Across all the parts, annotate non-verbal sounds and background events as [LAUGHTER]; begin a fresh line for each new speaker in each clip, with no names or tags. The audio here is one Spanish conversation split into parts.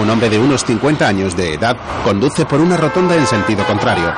Un hombre de unos 50 años de edad conduce por una rotonda en sentido contrario.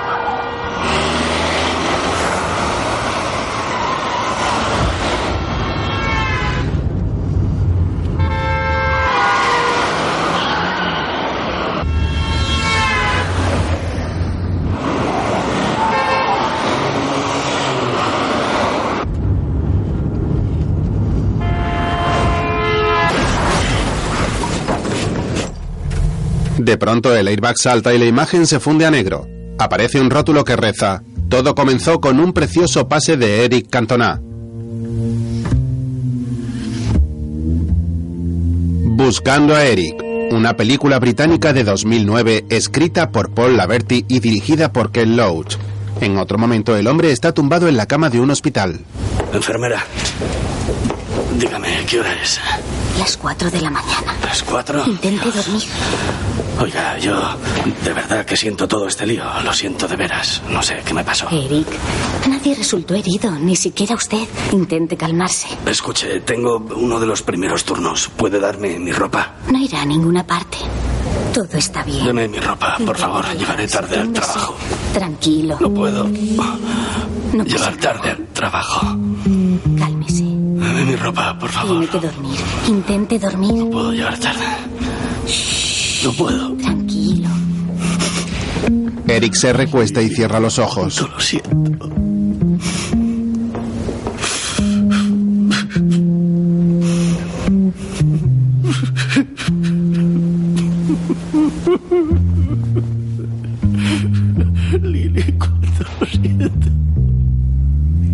De pronto el airbag salta y la imagen se funde a negro. Aparece un rótulo que reza. Todo comenzó con un precioso pase de Eric Cantona. Buscando a Eric, una película británica de 2009 escrita por Paul Laverty y dirigida por Ken Loach. En otro momento el hombre está tumbado en la cama de un hospital.
Enfermera, dígame, ¿qué hora es?
Las 4 de la mañana.
¿Las cuatro?
Intente dormir.
Oiga, yo de verdad que siento todo este lío. Lo siento de veras. No sé qué me pasó.
Eric, nadie resultó herido, ni siquiera usted. Intente calmarse.
Escuche, tengo uno de los primeros turnos. ¿Puede darme mi ropa?
No irá a ninguna parte. Todo está bien.
Deme mi ropa, por favor. Llegaré tarde al
Tenga sed.
trabajo.
Tranquilo.
No puedo
No pasa nada.
llegar
Mm,
tarde al trabajo.
Cálmese.
Deme mi ropa, por favor.
Tiene que dormir. Intente dormir.
Puedo llegar tarde. No puedo.
Tranquilo.
Eric se recuesta y cierra los ojos.
Yo lo siento.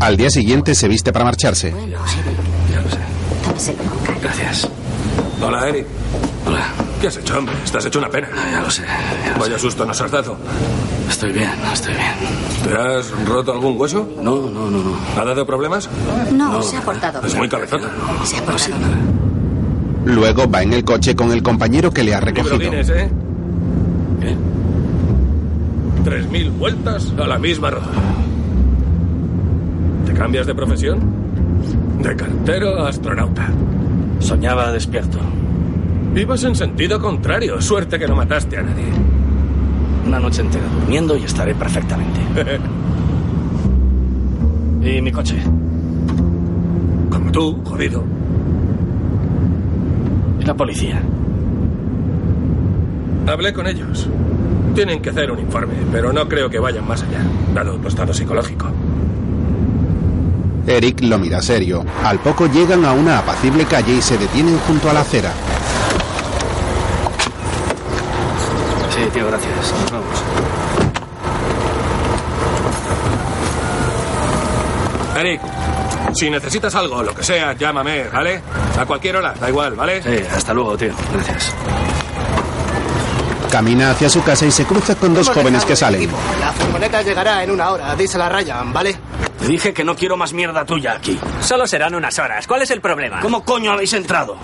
Al día siguiente se viste para marcharse.
Bueno, Eric,
Ya lo sé.
tómeselo con calma.
Gracias.
Hola, Eric.
Hola. Ah,
¿Qué has hecho, hombre? Estás hecho una pena.
Ya lo sé. ya lo sé.
Vaya susto nos has dado.
Estoy bien, estoy bien.
¿Te has roto algún hueso?
No, no, no, no.
¿Ha dado problemas?
No, se ha portado
Es
bien.
muy cabezota.
Se ha portado
nada.
bien.
Luego va en el coche con el compañero que le ha
Libro
recogido.
Guinness, ¿eh?
¿Qué?
Tres mil vueltas a la misma rotonda. ¿Te cambias de profesión? De cartero a astronauta.
Soñaba despierto.
Ibas en sentido contrario. Suerte que no mataste a nadie.
Una noche entera durmiendo y estaré perfectamente. [LAUGHS] ¿Y mi coche?
Como tú, jodido.
¿Y la policía?
Hablé con ellos. Tienen que hacer un informe, pero no creo que vayan más allá, dado tu estado psicológico.
Eric lo mira serio. Al poco llegan a una apacible calle y se detienen junto a la acera.
Sí, tío, gracias. Nos vamos.
Eric, si necesitas algo, lo que sea, llámame, ¿vale? A cualquier hora, da igual, ¿vale?
Sí, hasta luego, tío. Gracias.
Camina hacia su casa y se cruza con dos jóvenes que salen.
La furgoneta llegará en una hora, dísela a Ryan, ¿vale?
Te dije que no quiero más mierda tuya aquí.
Solo serán unas horas. ¿Cuál es el problema?
¿Cómo coño habéis entrado?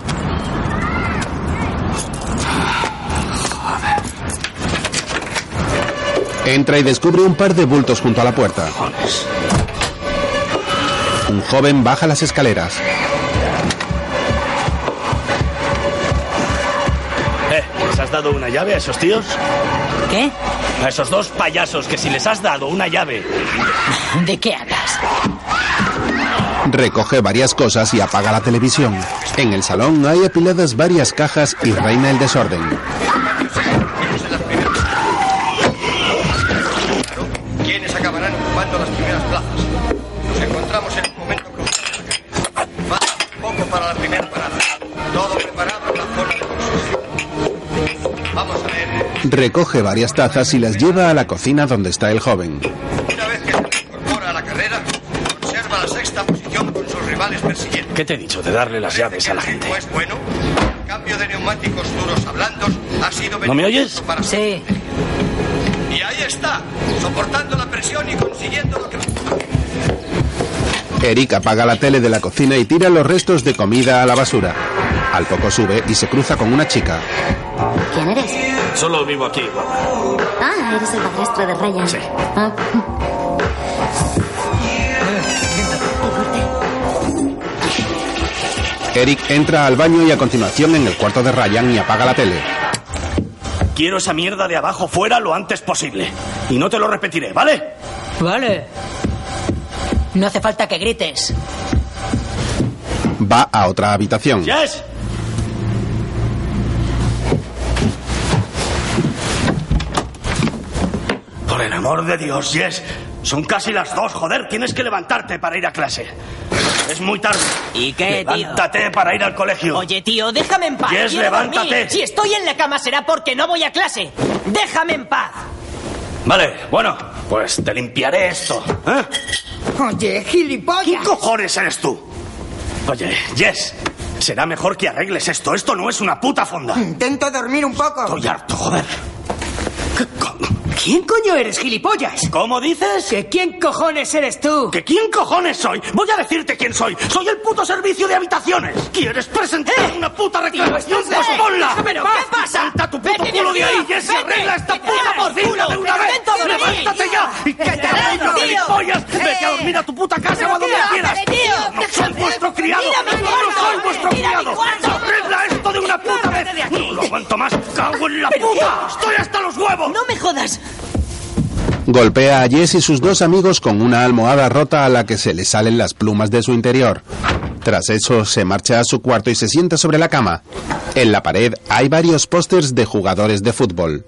Entra y descubre un par de bultos junto a la puerta.
Cojones.
Un joven baja las escaleras.
Eh, ¿les has dado una llave a esos tíos?
¿Qué?
A esos dos payasos que si les has dado una llave.
¿De qué hablas?
Recoge varias cosas y apaga la televisión. En el salón hay apiladas varias cajas y reina el desorden.
quienes acabarán ocupando las primeras plazas. Nos encontramos en un momento crucial. Falta poco para la primera parada. Todo preparado en la zona de construcción. Vamos a ver.
Recoge varias tazas y las lleva a la cocina donde está el joven.
Una vez que se incorpora a la carrera, conserva la sexta posición con sus rivales persiguientes.
¿Qué te he dicho de darle las llaves a la gente?
Pues bueno, el cambio de neumáticos duros a blandos ha sido
¿No me oyes?
beneficioso para
Sí.
Y ahí está, soportando la presión y consiguiendo lo que
Eric apaga la tele de la cocina y tira los restos de comida a la basura. Al poco sube y se cruza con una chica.
¿Quién eres?
Solo vivo aquí, guapa.
Ah, eres el padrastro de Ryan.
Sí.
Ah. Te
Eric entra al baño y a continuación en el cuarto de Ryan y apaga la tele.
corté.
Quiero esa mierda de abajo fuera lo antes posible. Y no te lo repetiré, ¿vale?
Vale. No hace falta que grites.
Va a otra habitación.
¡Jess! Por el amor de Dios, Jess. Son casi las dos, joder. Tienes que levantarte para ir a clase. Es muy tarde.
¿Y qué, tío?
Levántate para ir al colegio.
Oye, tío, déjame en paz.
Jess,
Quiero
levántate.
dormir. Si estoy en la cama será porque no voy a clase. Déjame en paz.
Vale, bueno, pues te limpiaré esto. ¿eh?
Oye,
¿Qué
gilipollas.
cojones eres tú? Oye, Jess, será mejor que arregles esto. Esto no es una puta fonda.
Intento dormir un poco.
Estoy harto, joder. ¿Qué co-
¿Quién coño eres, gilipollas?
¿Cómo dices?
¿Que quién cojones eres tú?
¿Que quién cojones soy? Voy a decirte quién soy. Soy el puto servicio de habitaciones. ¿Quieres presentar
¡Eh!
una puta reclamación?
estás-
¡Pues
¡Eh!
ponla!
¡Pero
¡Paz!
qué pasa!
¡Levanta tu puto
¡Vete de
culo de
aquí!
ahí, Jess! y
¡Vete!
¡Arregla esta
¡Vete de
puta
por
porcina
culo!
de una
¡Pero
vez!
vente a dormir!
¡Levántate ya! ¡Y que te
¡Pero
arreglo,
tío!
gilipollas! ¡Vete a
¡Eh!
dormir a tu puta casa o a donde
tío!
quieras!
¡Pero tío!
¡No soy vuestro criado!
¡Mira mi
¡No
cuarto!
soy vuestro
¡Mira mi
criado!
cuarto!
¡Arregla esto de una puta
¡Lárgate de
vez!
aquí!
¡No lo aguanto más! ¡Cago en la
Pero,
puta!
tío.
¡Estoy hasta los huevos!
No me jodas.
Golpea a Jess y sus dos amigos con una almohada rota a la que se le salen las plumas de su interior. Tras eso, se marcha a su cuarto y se sienta sobre la cama. En la pared hay varios pósters de jugadores de fútbol.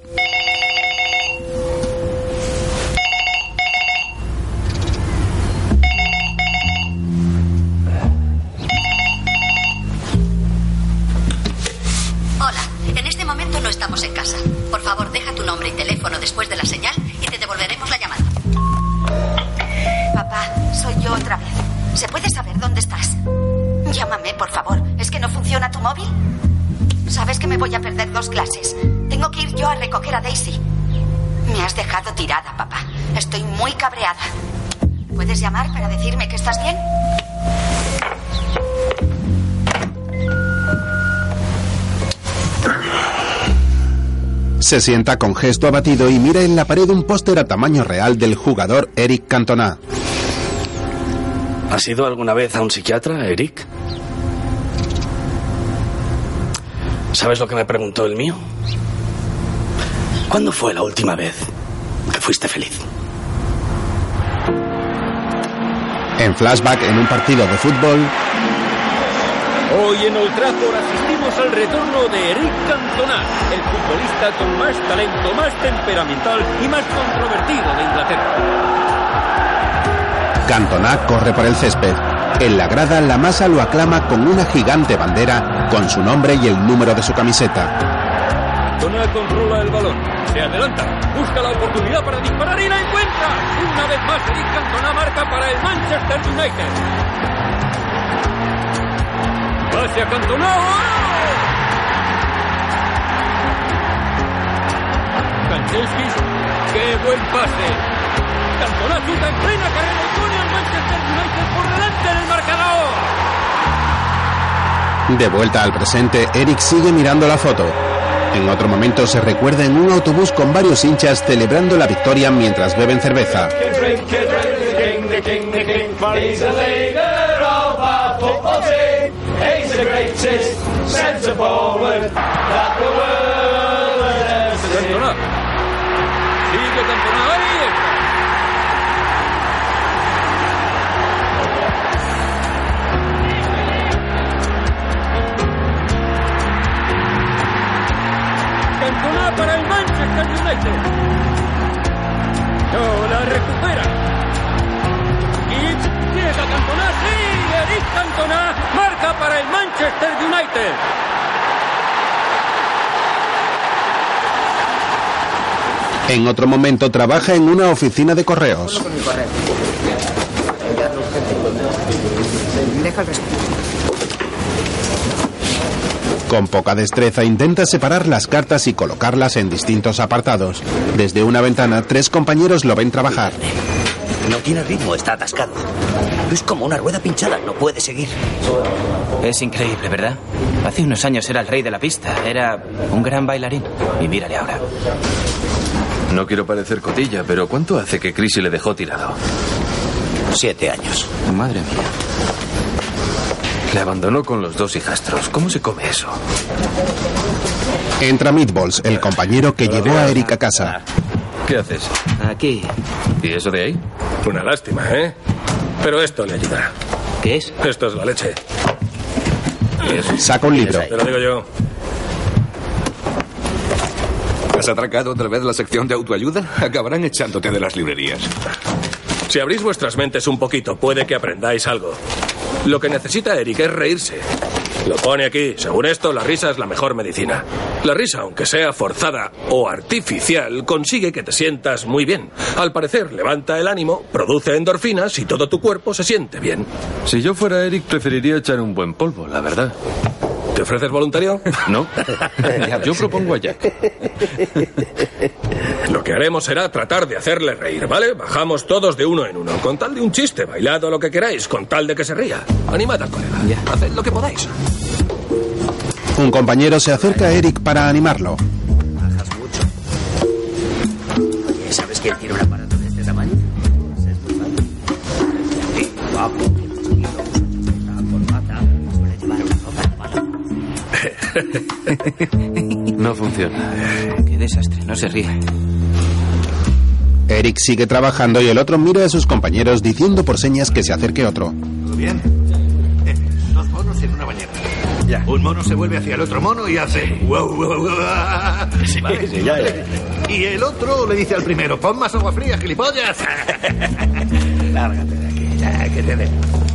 Hola, en este momento no estamos en casa. Por favor, deja tu nombre y teléfono después de la señal y te devolveremos la llamada. Papá, soy yo otra vez. ¿Se puede saber dónde estás? Llámame, por favor. ¿Es que no funciona tu móvil? Sabes que me voy a perder dos clases. Tengo que ir yo a recoger a Daisy. Me has dejado tirada, papá. Estoy muy cabreada. ¿Puedes llamar para decirme que estás bien?
Se sienta con gesto abatido y mira en la pared un póster a tamaño real del jugador Eric Cantona.
¿Has ido alguna vez a un psiquiatra, Eric? ¿Sabes lo que me preguntó el mío? ¿Cuándo fue la última vez que fuiste feliz?
En flashback en un partido de fútbol,
Hoy en Old Trafford asistimos al retorno de Eric Cantona, el futbolista con más talento, más temperamental y más controvertido de Inglaterra.
Cantona corre por el césped. En la grada, la masa lo aclama con una gigante bandera con su nombre y el número de su camiseta.
Cantona controla el balón, se adelanta, busca la oportunidad para disparar y la encuentra. Una vez más Eric Cantona marca para el Manchester United. Pase a Cantona. ¡gol! Kanchelskis, qué buen pase. Cantona chuta en plena carrera y pone al Manchester United por delante en el marcador.
De vuelta al presente, Eric sigue mirando la foto. En otro momento se recuerda en un autobús con varios hinchas celebrando la victoria mientras beben cerveza.
Cantona. Sigue Cantona. Ahí está. Cantona para el Manchester United. No la recupera. Y llega Cantona. Sí, Eric Cantona marca para el Manchester United.
En otro momento trabaja en una oficina de correos.
Deja el resto.
Con poca destreza intenta separar las cartas y colocarlas en distintos apartados. Desde una ventana, tres compañeros lo ven trabajar.
No tiene ritmo, está atascado. Es como una rueda pinchada, no puede seguir. Es increíble, ¿verdad? Hace unos años era el rey de la pista, era un gran bailarín. Y mírale ahora.
No quiero parecer cotilla, pero ¿cuánto hace que Chrissy le dejó tirado?
Siete años.
Madre mía. Le abandonó con los dos hijastros. ¿Cómo se come eso?
Entra Meatballs, el compañero que llevó a Eric a casa.
¿Qué haces?
Aquí.
¿Y eso de ahí?
Una lástima, ¿eh? Pero esto le ayuda.
¿Qué es?
Esto es la leche.
Saca un libro.
Te lo digo yo.
¿Has atracado otra vez la sección de autoayuda? Acabarán echándote de las librerías.
Si abrís vuestras mentes un poquito, puede que aprendáis algo. Lo que necesita Eric es reírse. Lo pone aquí. Según esto, la risa es la mejor medicina. La risa, aunque sea forzada o artificial, consigue que te sientas muy bien. Al parecer, levanta el ánimo, produce endorfinas y todo tu cuerpo se siente bien.
Si yo fuera Eric, preferiría echar un buen polvo, la verdad.
¿Te ofreces voluntario?
[LAUGHS]
[LAUGHS]
No. Yo propongo a Jack.
Lo que haremos será tratar de hacerle reír, ¿vale? Bajamos todos de uno en uno. Con tal de un chiste, bailad o lo que queráis, con tal de que se ría. Animad al colega. Haced lo que podáis.
Un compañero se acerca a Eric para animarlo.
Oye, ¿sabes quién tiene un aparato de este tamaño? Ese es muy malo. Sí, guapo, chiquito, una corbata, suele llevar una ropa de mano.
[LAUGHS] No funciona. Qué desastre, no se ríe.
Eric sigue trabajando y el otro mira a sus compañeros diciendo por señas que se acerque otro.
[LAUGHS] ¿Todo bien? Eh, dos monos en una bañera. Ya. Un mono se vuelve hacia el otro mono y hace. "Guau, guau, guau". Vale,
sí, ya,
vale. Y el otro le dice al primero: pon más agua fría, gilipollas. Lárgate de aquí, ya, que te dé.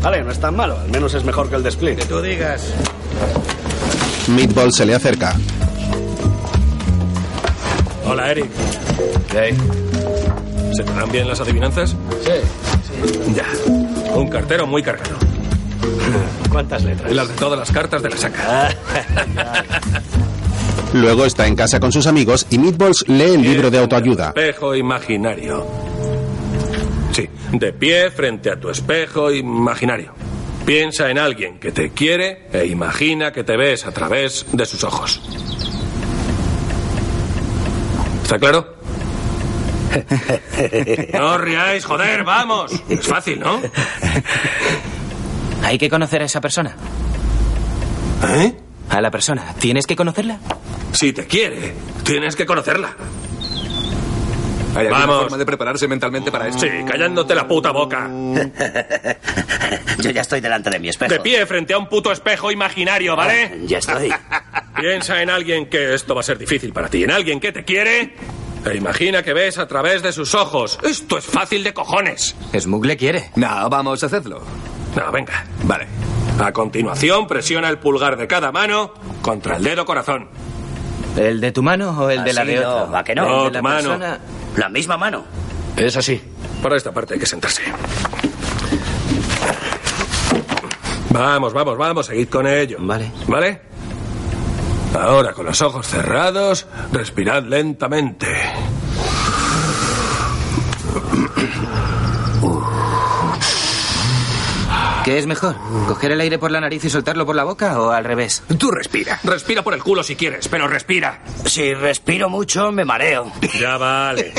Vale, no es tan malo. Al menos es mejor que el despliegue. Que
tú digas.
Meatball se le acerca.
Hola, Eric. ¿Se te dan bien las adivinanzas? Sí. Ya. Un cartero muy [LAUGHS] cargado.
¿Cuántas letras?
Las de todas las cartas de la [LAUGHS] saca.
Luego está en casa con sus amigos y Meatballs lee el libro de autoayuda.
Espejo imaginario. Sí, de pie frente a tu espejo imaginario. Piensa en alguien que te quiere e imagina que te ves a través de sus ojos.
[LAUGHS]
¿Está claro? No os riáis, joder, vamos. Es fácil, ¿no?
Hay que conocer a esa persona.
¿Eh?
A la persona. ¿Tienes que conocerla?
Si te quiere, tienes que conocerla.
¿Hay alguna
Vamos.
forma de prepararse mentalmente para esto?
Sí, callándote la
[LAUGHS]
puta boca.
Yo ya estoy delante de mi espejo. Ah,
De pie frente a un puto espejo imaginario, ¿vale?
Ya estoy.
[LAUGHS] Piensa en alguien que esto va a ser difícil para ti, en alguien que te quiere. E imagina que ves a través de sus ojos. Esto es fácil de cojones.
Smug le quiere.
No, vamos, hacedlo.
No, venga. Vale. A continuación, presiona el pulgar de cada mano contra el dedo corazón.
¿El de tu mano o el de la
Así
de
Ah, no,
otra?
va que no.
No,
El de la
tu mano.
persona-
La misma mano.
Es así. Para esta parte hay que sentarse. Vamos, vamos, vamos, seguid con ello. Vale. ¿Vale? Ahora, con los ojos cerrados, respirad lentamente.
¿Qué es mejor? ¿Coger el aire por la nariz y soltarlo por la boca o al revés?
Tú respira. Respira por el culo si quieres, pero respira.
Si respiro mucho, me mareo.
Ya vale.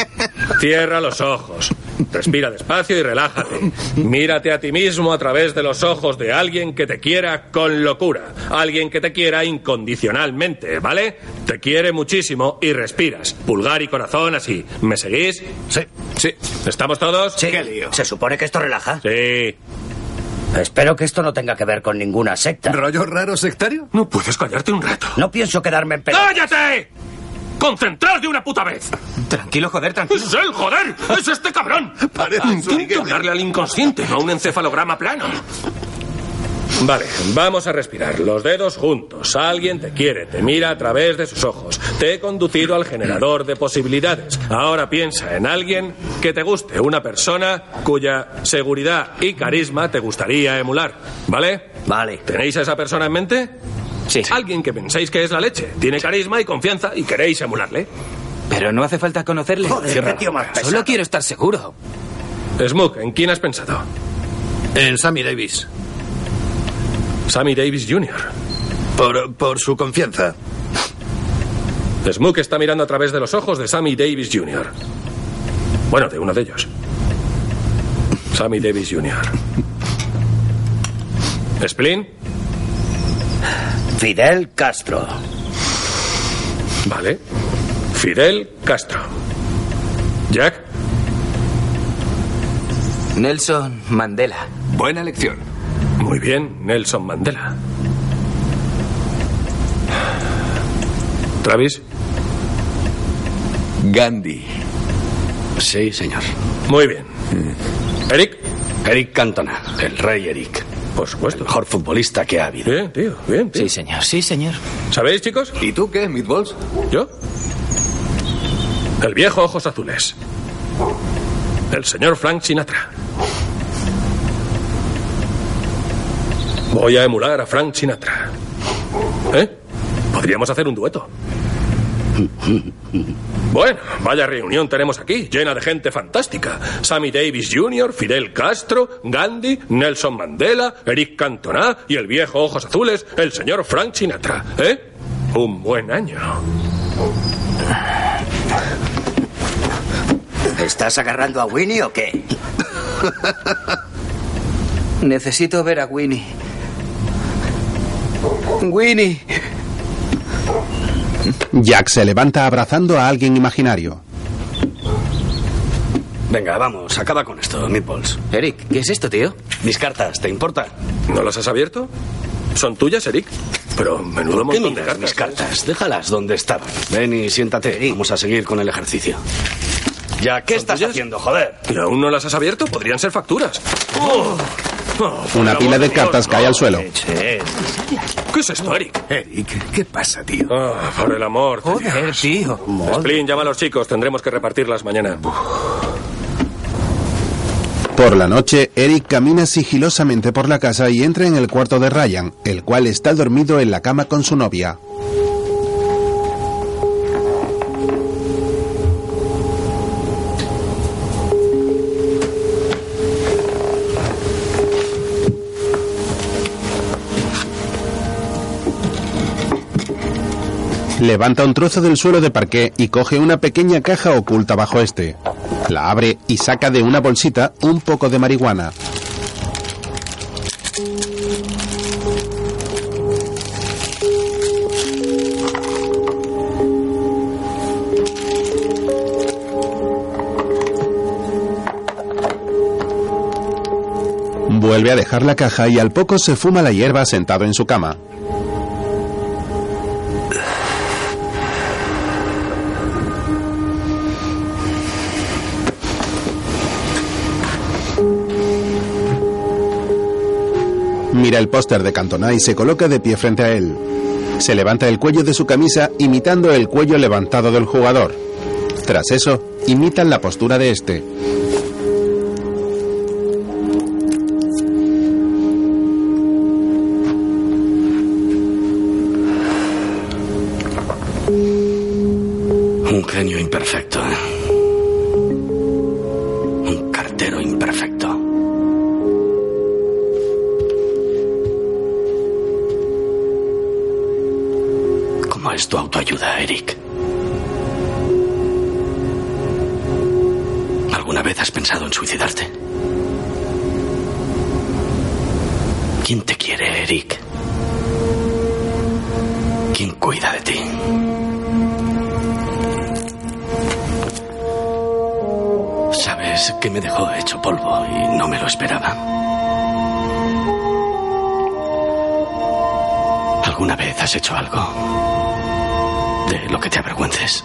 Cierra los ojos. Respira despacio y relájate. Mírate a ti mismo a través de los ojos de alguien que te quiera con locura. Alguien que te quiera incondicionalmente, ¿vale? Te quiere muchísimo y respiras. Pulgar y corazón así. ¿Me seguís? Sí. Sí. ¿Estamos todos? Sí.
Se supone que esto relaja.
Sí.
Espero que esto no tenga que ver con ninguna secta.
¿Rollo raro sectario?
No puedes callarte un rato.
No pienso quedarme en pelo.
¡Cállate! ¡Concentraos de una puta vez!
Tranquilo, joder, tranquilo.
¡Es él, joder! ¡Es este cabrón!
Parece un
Intento darle al inconsciente, no a un encefalograma plano. Vale, vamos a respirar. Los dedos juntos. Alguien te quiere, te mira a través de sus ojos. Te he conducido al generador de posibilidades. Ahora piensa en alguien que te guste, una persona cuya seguridad y carisma te gustaría emular. ¿Vale?
Vale.
¿Tenéis a esa persona en mente?
Sí.
Alguien que pensáis que es la leche. Tiene carisma y confianza y queréis emularle.
Pero no hace falta conocerle.
Joder, qué tío más pesado.
Solo quiero estar seguro.
Smook, ¿en quién has pensado?
En Sammy Davis.
Sammy Davis Jr.
Por, por su confianza.
Smook está mirando a través de los ojos de Sammy Davis Jr. Bueno, de uno de ellos. Sammy Davis Jr. Splin,
Fidel Castro.
Vale. Fidel Castro. Jack.
Nelson Mandela.
Buena elección. Muy bien, Nelson Mandela. Travis.
Gandhi.
Sí, señor. Mm.
Muy bien. Eric.
Eric Cantona, el rey Eric.
Por supuesto.
El mejor futbolista que ha habido.
Bien, tío, bien.
Sí, señor, sí, señor.
¿Sabéis, chicos?
¿Y tú qué, Meatballs?
¿Yo? El viejo Ojos Azules. El señor Frank Sinatra. Voy a emular a Frank Sinatra. ¿Eh? Podríamos hacer un dueto. Bueno, vaya reunión tenemos aquí, llena de gente fantástica. Sammy Davis Jr., Fidel Castro, Gandhi, Nelson Mandela, Eric Cantona y el viejo Ojos Azules, el señor Frank Sinatra. ¿Eh? Un buen año.
¿Estás agarrando a Winnie o qué?
Necesito ver a Winnie. Winnie.
Jack se levanta abrazando a alguien imaginario.
Venga, vamos, acaba con esto, Meatballs.
Eric, ¿qué es esto, tío?
Mis cartas, ¿te importa?
¿No las has abierto? ¿Son tuyas, Eric? Pero menudo
¿Por qué
montón de
miras
cartas. ¿eh?
mis cartas? Déjalas donde estaban. Ven y siéntate. Vamos a seguir con el ejercicio. Ya, ¿qué estás haciendo, joder?
¿Y aún no las has abierto? Podrían ser facturas. ¡Oh! ¡Oh, por
Una
amor
pila de
Dios,
cartas
no!
cae al suelo.
¿Qué es esto, Eric?
Eric, ¿qué pasa, tío?
Ah, por el amor. de Dios.
tío.
Splin, llama a los chicos. Tendremos que repartirlas mañana.
Por la noche, Eric camina sigilosamente por la casa y entra en el cuarto de Ryan, el cual está dormido en la cama con su novia. Levanta un trozo del suelo de parqué y coge una pequeña caja oculta bajo este. La abre y saca de una bolsita un poco de marihuana. Vuelve a dejar la caja y al poco se fuma la hierba sentado en su cama. Mira el póster de Cantona y se coloca de pie frente a él. Se levanta el cuello de su camisa imitando el cuello levantado del jugador. Tras eso, imitan la postura de este.
Un genio imperfecto. ¿eh? Un cartero imperfecto. ¿Cómo es tu autoayuda, Eric? ¿Alguna vez has pensado en suicidarte? ¿Quién te quiere, Eric? ¿Quién cuida de ti? Sabes que me dejó hecho polvo y no me lo esperaba. ¿Alguna vez has hecho algo de lo que te avergüences?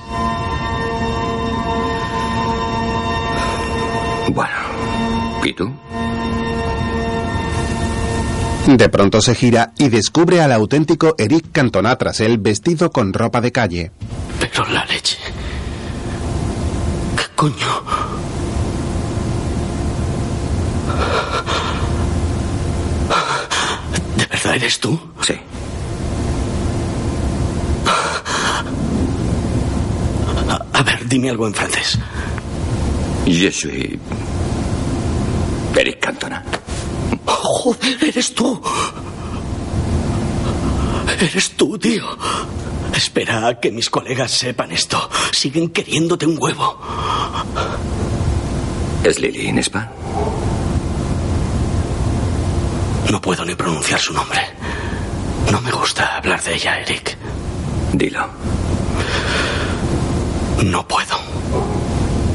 Bueno,
¿y tú?
De pronto se gira y descubre al auténtico Eric Cantona tras él vestido con ropa de calle.
Pero la leche. ¿Qué coño? ¿De verdad eres tú?
Sí.
A, a ver, dime algo en francés.
Yo soy. Eric Cantona.
Joder, eres tú. Eres tú, tío. Espera a que mis colegas sepan esto. Siguen queriéndote un huevo.
¿Es Lily, ¿no es pa?
No puedo ni pronunciar su nombre. No me gusta hablar de ella, Eric.
Dilo.
No puedo.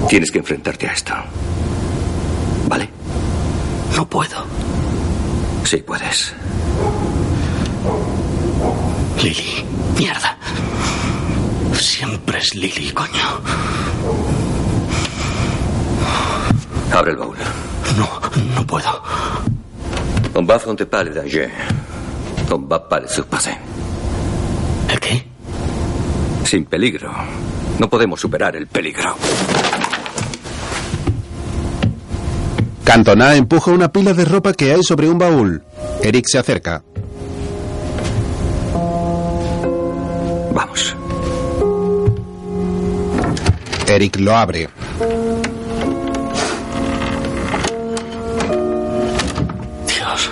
Tienes que enfrentarte a esto. ¿Vale? No puedo. Sí puedes. Lily. Mierda. Siempre es Lily, coño.
Abre el baúl.
No, no puedo.
On va affronter pas les dangers. On va pas les surpasser.
¿El qué?
Sin peligro. No podemos superar el peligro.
Cantona empuja una pila de ropa que hay sobre un baúl. Eric se acerca.
Vamos.
Eric lo abre.
Dios.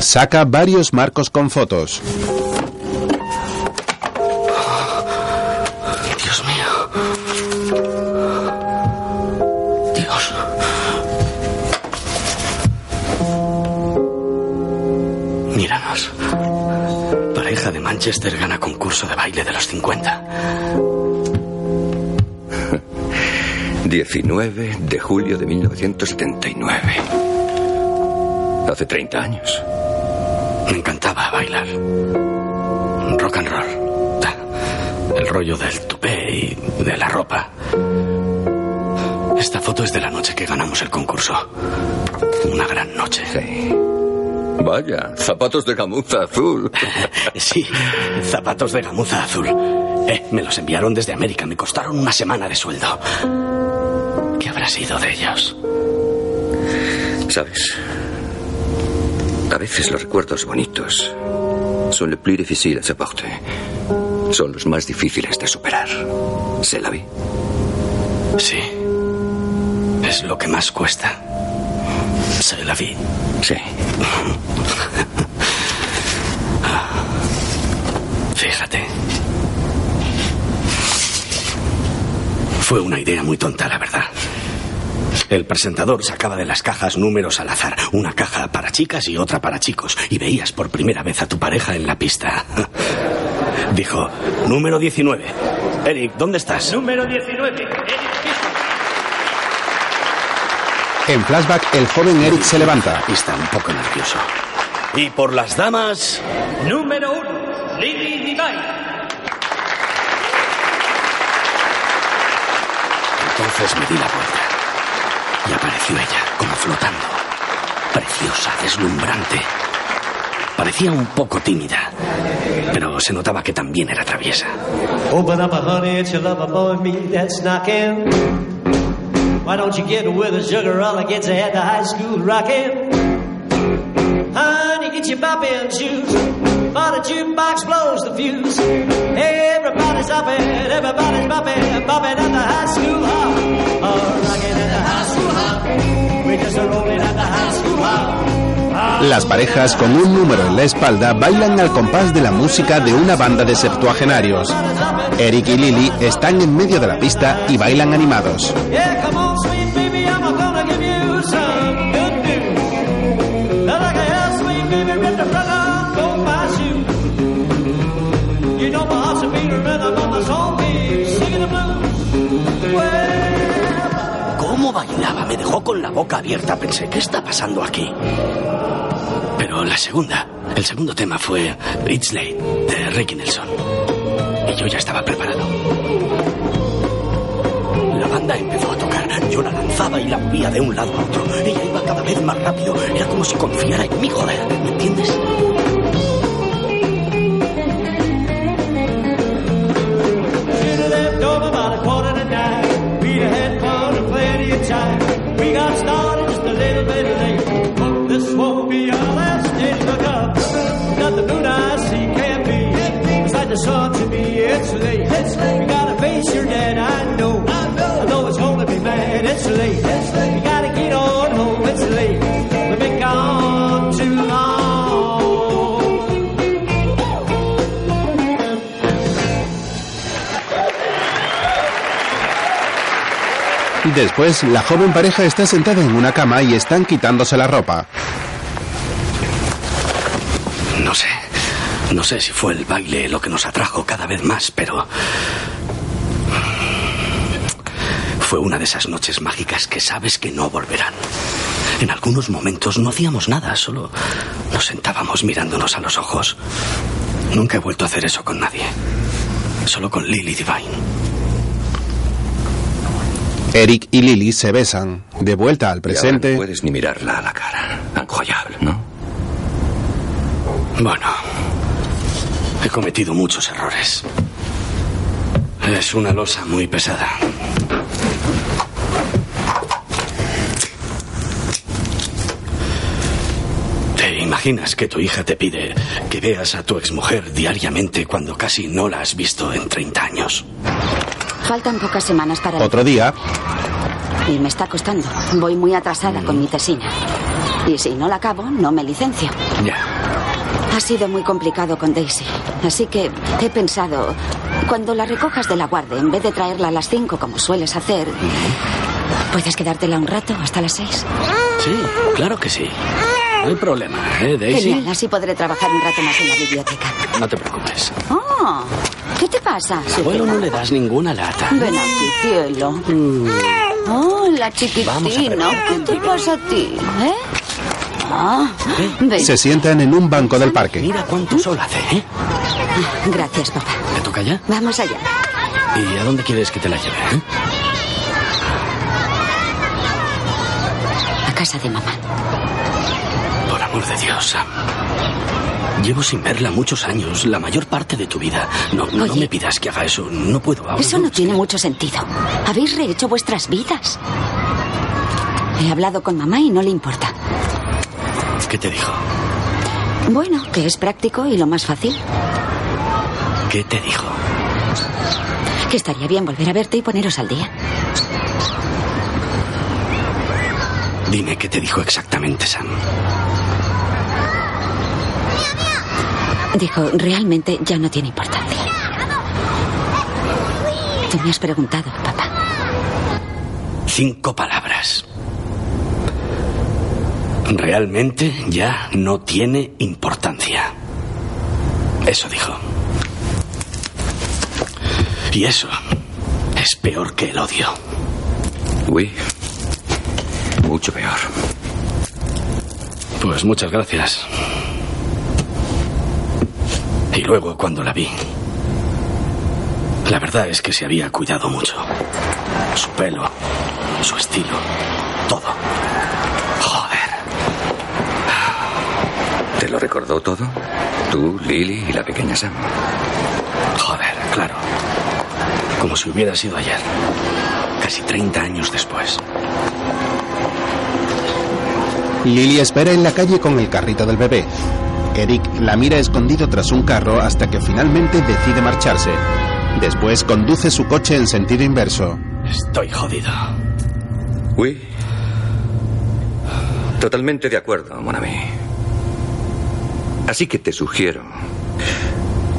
Saca varios marcos con fotos.
Dios mío. Dios. Míranos. Pareja de Manchester gana concurso de baile de los 50.
19 de julio de 1979. Hace 30 años.
Me encantaba bailar. Rock and roll. Ta. El rollo del tupé y de la ropa. Esta foto es de la noche que ganamos el concurso. Una gran noche.
Vaya, zapatos de gamuza azul.
[LAUGHS] Sí, zapatos de gamuza azul. Eh, me los enviaron desde América. Me costaron una semana de sueldo. ¿Qué habrá sido de ellos?
¿Sabes? A veces los recuerdos bonitos son los plus difíciles à porter. Son los más difíciles de superar. Se la vi.
Sí. Es lo que más cuesta. Se la vi.
Sí.
[LAUGHS] Fíjate. Fue una idea muy tonta, la verdad. El presentador sacaba de las cajas números al azar, una caja para chicas y otra para chicos, y veías por primera vez a tu pareja en la pista. [LAUGHS] Dijo, número 19. Eric, ¿dónde estás?
Número 19.
En flashback, el joven Eric se levanta.
Está un poco nervioso. Y por las damas,
Número 1. Lili Nitai.
Entonces me di la vuelta y apareció ella, como flotando. Preciosa, deslumbrante. Parecía un poco tímida, pero se notaba que también era traviesa.
Open up a honey, it's your lover boy, me that's knocking. Why don't you get with a sugar all I gets ahead to high school rocking? Honey, get your bopping shoes. But the jukebox blows the fuse. Everybody's hopping, everybody's bopping, bopping at the high school hop. Oh, rocking at the high school hop. We're just rolling at the high school hop.
Las parejas con un número en la espalda bailan al compás de la música de una banda de septuagenarios. Eric y Lily están en medio de la pista y bailan animados.
Yeah, come on, sweet baby, I'm gonna give you some good news. Now, like a hell, sweet baby, rip the front off of my shoe. You know my heart's a beat, a rhythm of my soul, be singing the blues. Well,
¿Cómo bailaba? Me dejó con la boca abierta. Pensé, ¿qué está pasando aquí? Pero la segunda, el segundo tema fue It's Late, de Ricky Nelson. Y yo ya estaba preparado. La banda empezó a tocar. Yo la lanzaba y la movía de un lado a otro. Ella iba cada vez más rápido. Era como si confiara en mí, joder. ¿Me entiendes?
should have left over about a quarter to nine. We'd have had fun and plenty of time. We got started just a little bit late. But this won't be our last day to look up. Nothing new to I see can be. It's like the sun to me, it's late. It's late. You gotta face your dad, I know. I know. I know it's gonna be mad, it's late. It's late. You gotta get on home, it's late. We've been gone too long.
Después, la joven pareja está sentada en una cama y están quitándose la ropa.
No sé. No sé si fue el baile lo que nos atrajo cada vez más, pero... Fue una de esas noches mágicas que sabes que no volverán. En algunos momentos no hacíamos nada, solo nos sentábamos mirándonos a los ojos. Nunca he vuelto a hacer eso con nadie. Solo con Lily Divine.
Eric y Lily se besan. De vuelta al presente.
no puedes ni mirarla a la cara. Ancollable, ¿no?
Bueno, he cometido muchos errores. Es una losa muy pesada. ¿Te imaginas que tu hija te pide que veas a tu exmujer diariamente cuando casi no la has visto en 30 años?
Faltan pocas semanas para... el-
Otro día,
Y me está costando. Voy muy atrasada
Mm.
con mi tesina. Y si no la acabo, no me licencio.
Ya.
Ha sido muy complicado con Daisy. Así que he pensado, cuando la recojas de la guardia, en vez de traerla a las 5 como sueles hacer, puedes quedártela un rato hasta las 6.
Sí, claro que sí. No hay problema, ¿eh, Daisy?
Genial, así podré trabajar un rato más en la biblioteca.
No te preocupes.
Oh, ¿qué te pasa?
Abuelo, no le das ninguna lata. Mm.
Ven aquí, cielo. Hola,
Vamos a
chiquitino. ¿Qué te pasa a ti? ¿Eh? Ah, ven.
se sientan en un banco del parque.
Mira cuánto sol hace, ¿eh?
Gracias, papá.
¿Te toca ya?
Vamos allá.
¿Y a dónde quieres que te la lleve? eh?
A casa de mamá.
Por amor de Dios, Sam. Llevo sin verla muchos años, la mayor parte de tu vida. No, no, no me pidas que haga eso, no puedo ahora.
Eso no tiene mucho sentido. Habéis rehecho vuestras vidas. He hablado con mamá y no le importa.
¿Qué te dijo?
Bueno, que es práctico y lo más fácil.
¿Qué te dijo?
Que estaría bien volver a verte y poneros al día.
Dime qué te dijo exactamente, Sam.
Dijo, realmente ya no tiene importancia. Tú me has preguntado, papá.
Cinco palabras. Realmente ya no tiene importancia. Eso dijo. Y eso es peor que el odio.
Uy. Mucho peor.
Pues muchas gracias. Y luego cuando la vi, la verdad es que se había cuidado mucho. Su pelo, su estilo, todo.
¿Te lo recordó todo? Tú, Lily y la pequeña Sam.
Joder, claro. Como si hubiera sido ayer. Casi 30 años después.
Lily espera en la calle con el carrito del bebé. Eric la mira escondido tras un carro hasta que finalmente decide marcharse. Después conduce su coche en sentido inverso.
Estoy jodido.
Uy. Totalmente de acuerdo, Monami. Así que te sugiero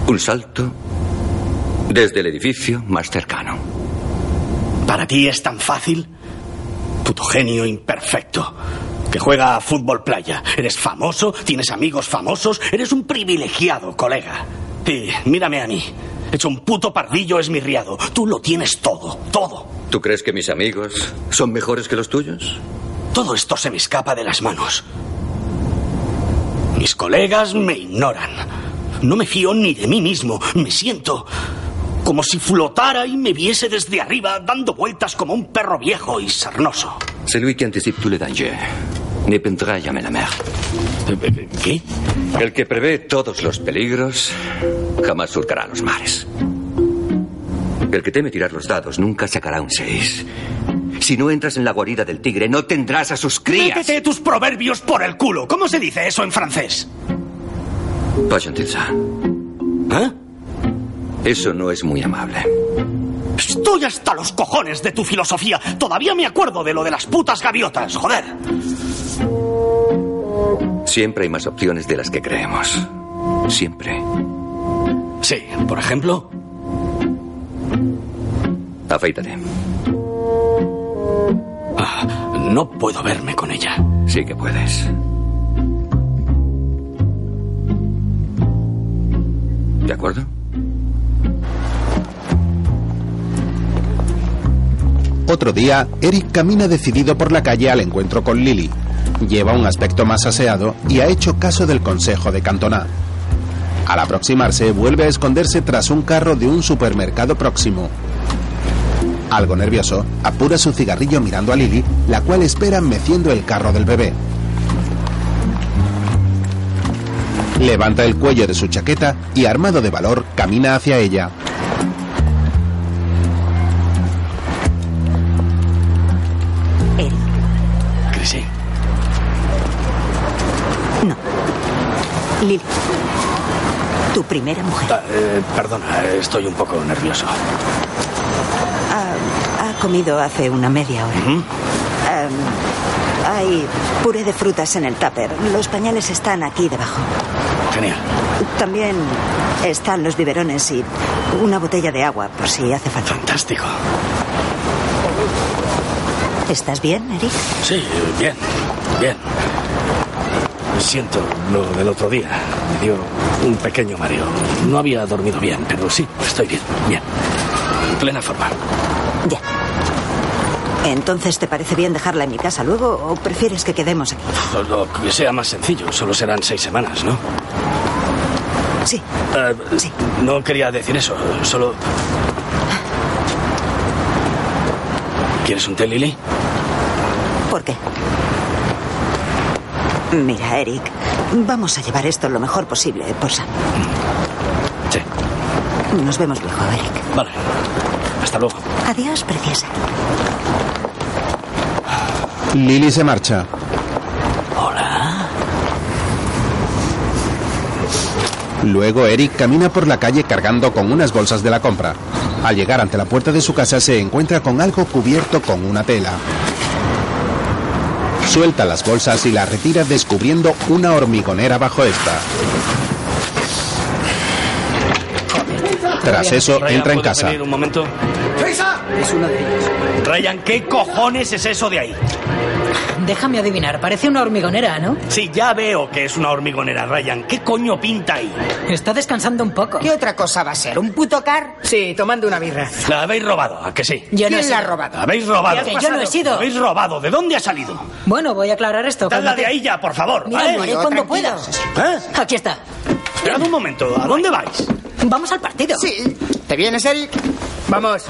un salto desde el edificio más cercano.
¿Para ti es tan fácil? Puto genio imperfecto. Que juega a fútbol playa. Eres famoso, tienes amigos famosos, eres un privilegiado, colega. Y mírame a mí. Hecho un puto pardillo esmirriado. Tú lo tienes todo, todo.
¿Tú crees que mis amigos son mejores que los tuyos?
Todo esto se me escapa de las manos. Mis colegas me ignoran. No me fío ni de mí mismo. Me siento como si flotara y me viese desde arriba dando vueltas como un perro viejo y sarnoso.
Celui qui anticipe tous les dangers ne peindra jamais la mer.
¿Qué?
El que prevé todos los peligros jamás surcará los mares. El que teme tirar los dados nunca sacará un 6. Si no entras en la guarida del tigre, no tendrás a sus crías.
Métete Eh, tus proverbios por el culo. ¿Cómo se dice eso en francés?
Pas gentil, ça.
¿Eh?
Eso no es muy amable.
Estoy hasta los cojones de tu filosofía. Todavía me acuerdo de lo de las putas gaviotas, joder.
Siempre hay más opciones de las que creemos. Siempre.
Sí, por ejemplo.
Afeítate.
Ah, No puedo verme con ella.
Sí que puedes. ¿De acuerdo?
Otro día, Eric camina decidido por la calle al encuentro con Lily. Lleva un aspecto más aseado y ha hecho caso del consejo de Cantona. Al aproximarse, vuelve a esconderse tras un carro de un supermercado próximo. Algo nervioso, apura su cigarrillo mirando a Lily, la cual espera meciendo el carro del bebé. Levanta el cuello de su chaqueta y, armado de valor, camina hacia ella.
Eric,
Chrissy,
Lily. Tu primera mujer.
Ah, eh, perdona, estoy un poco nervioso.
Ah, ha comido hace una media hora. Ah, hay puré de frutas en el tupper. Los pañales están aquí debajo.
Genial.
También están los biberones y una botella de agua por si hace falta.
Fantástico.
¿Estás bien, Eric?
Sí, bien, bien. Siento lo del otro día. Me dio un pequeño mareo. No había dormido bien, pero sí, estoy bien, bien. En plena forma.
Ya. Entonces, ¿te parece bien dejarla en mi casa luego o prefieres que quedemos aquí?
Lo que sea más sencillo, solo serán seis semanas, ¿no?
Sí.
sí. No quería decir eso, solo... ¿Quieres un té, Lily?
¿Por qué? Mira, Eric, vamos a llevar esto lo mejor posible ¿eh, por Sam.
Sí.
Nos vemos luego, Eric.
Vale. Hasta luego.
Adiós, preciosa.
Lily se marcha. Luego Eric camina por la calle cargando con unas bolsas de la compra. Al llegar ante la puerta de su casa se encuentra con algo cubierto con una tela. Suelta las bolsas y las retira descubriendo una hormigonera bajo esta. Tras eso
Ryan,
entra en
¿puedo
casa.
venir un momento?
Es una de ellas.
Ryan, ¿qué cojones es eso de ahí?
Déjame adivinar, parece una hormigonera, ¿no?
Sí, ya veo que es una hormigonera, Ryan. ¿Qué coño pinta ahí?
Está descansando un poco.
¿Qué otra cosa va a ser? ¿Un puto car? Sí, tomando una birra.
La habéis robado, ¿a que sí?
Yo no ¿Quién he la sido? ha robado?
La habéis robado.
Que yo no he sido.
La habéis robado. ¿De dónde ha salido?
Bueno, voy a aclarar esto.
Dadla
cálmate.
de ahí ya, por favor.
Mira,
¿vale? ¿Eh?
moriré cuando pueda. Aquí está.
Esperad un momento. ¿A dónde vais?
Vamos al partido.
Sí. ¿Te vienes, Eric? Vamos.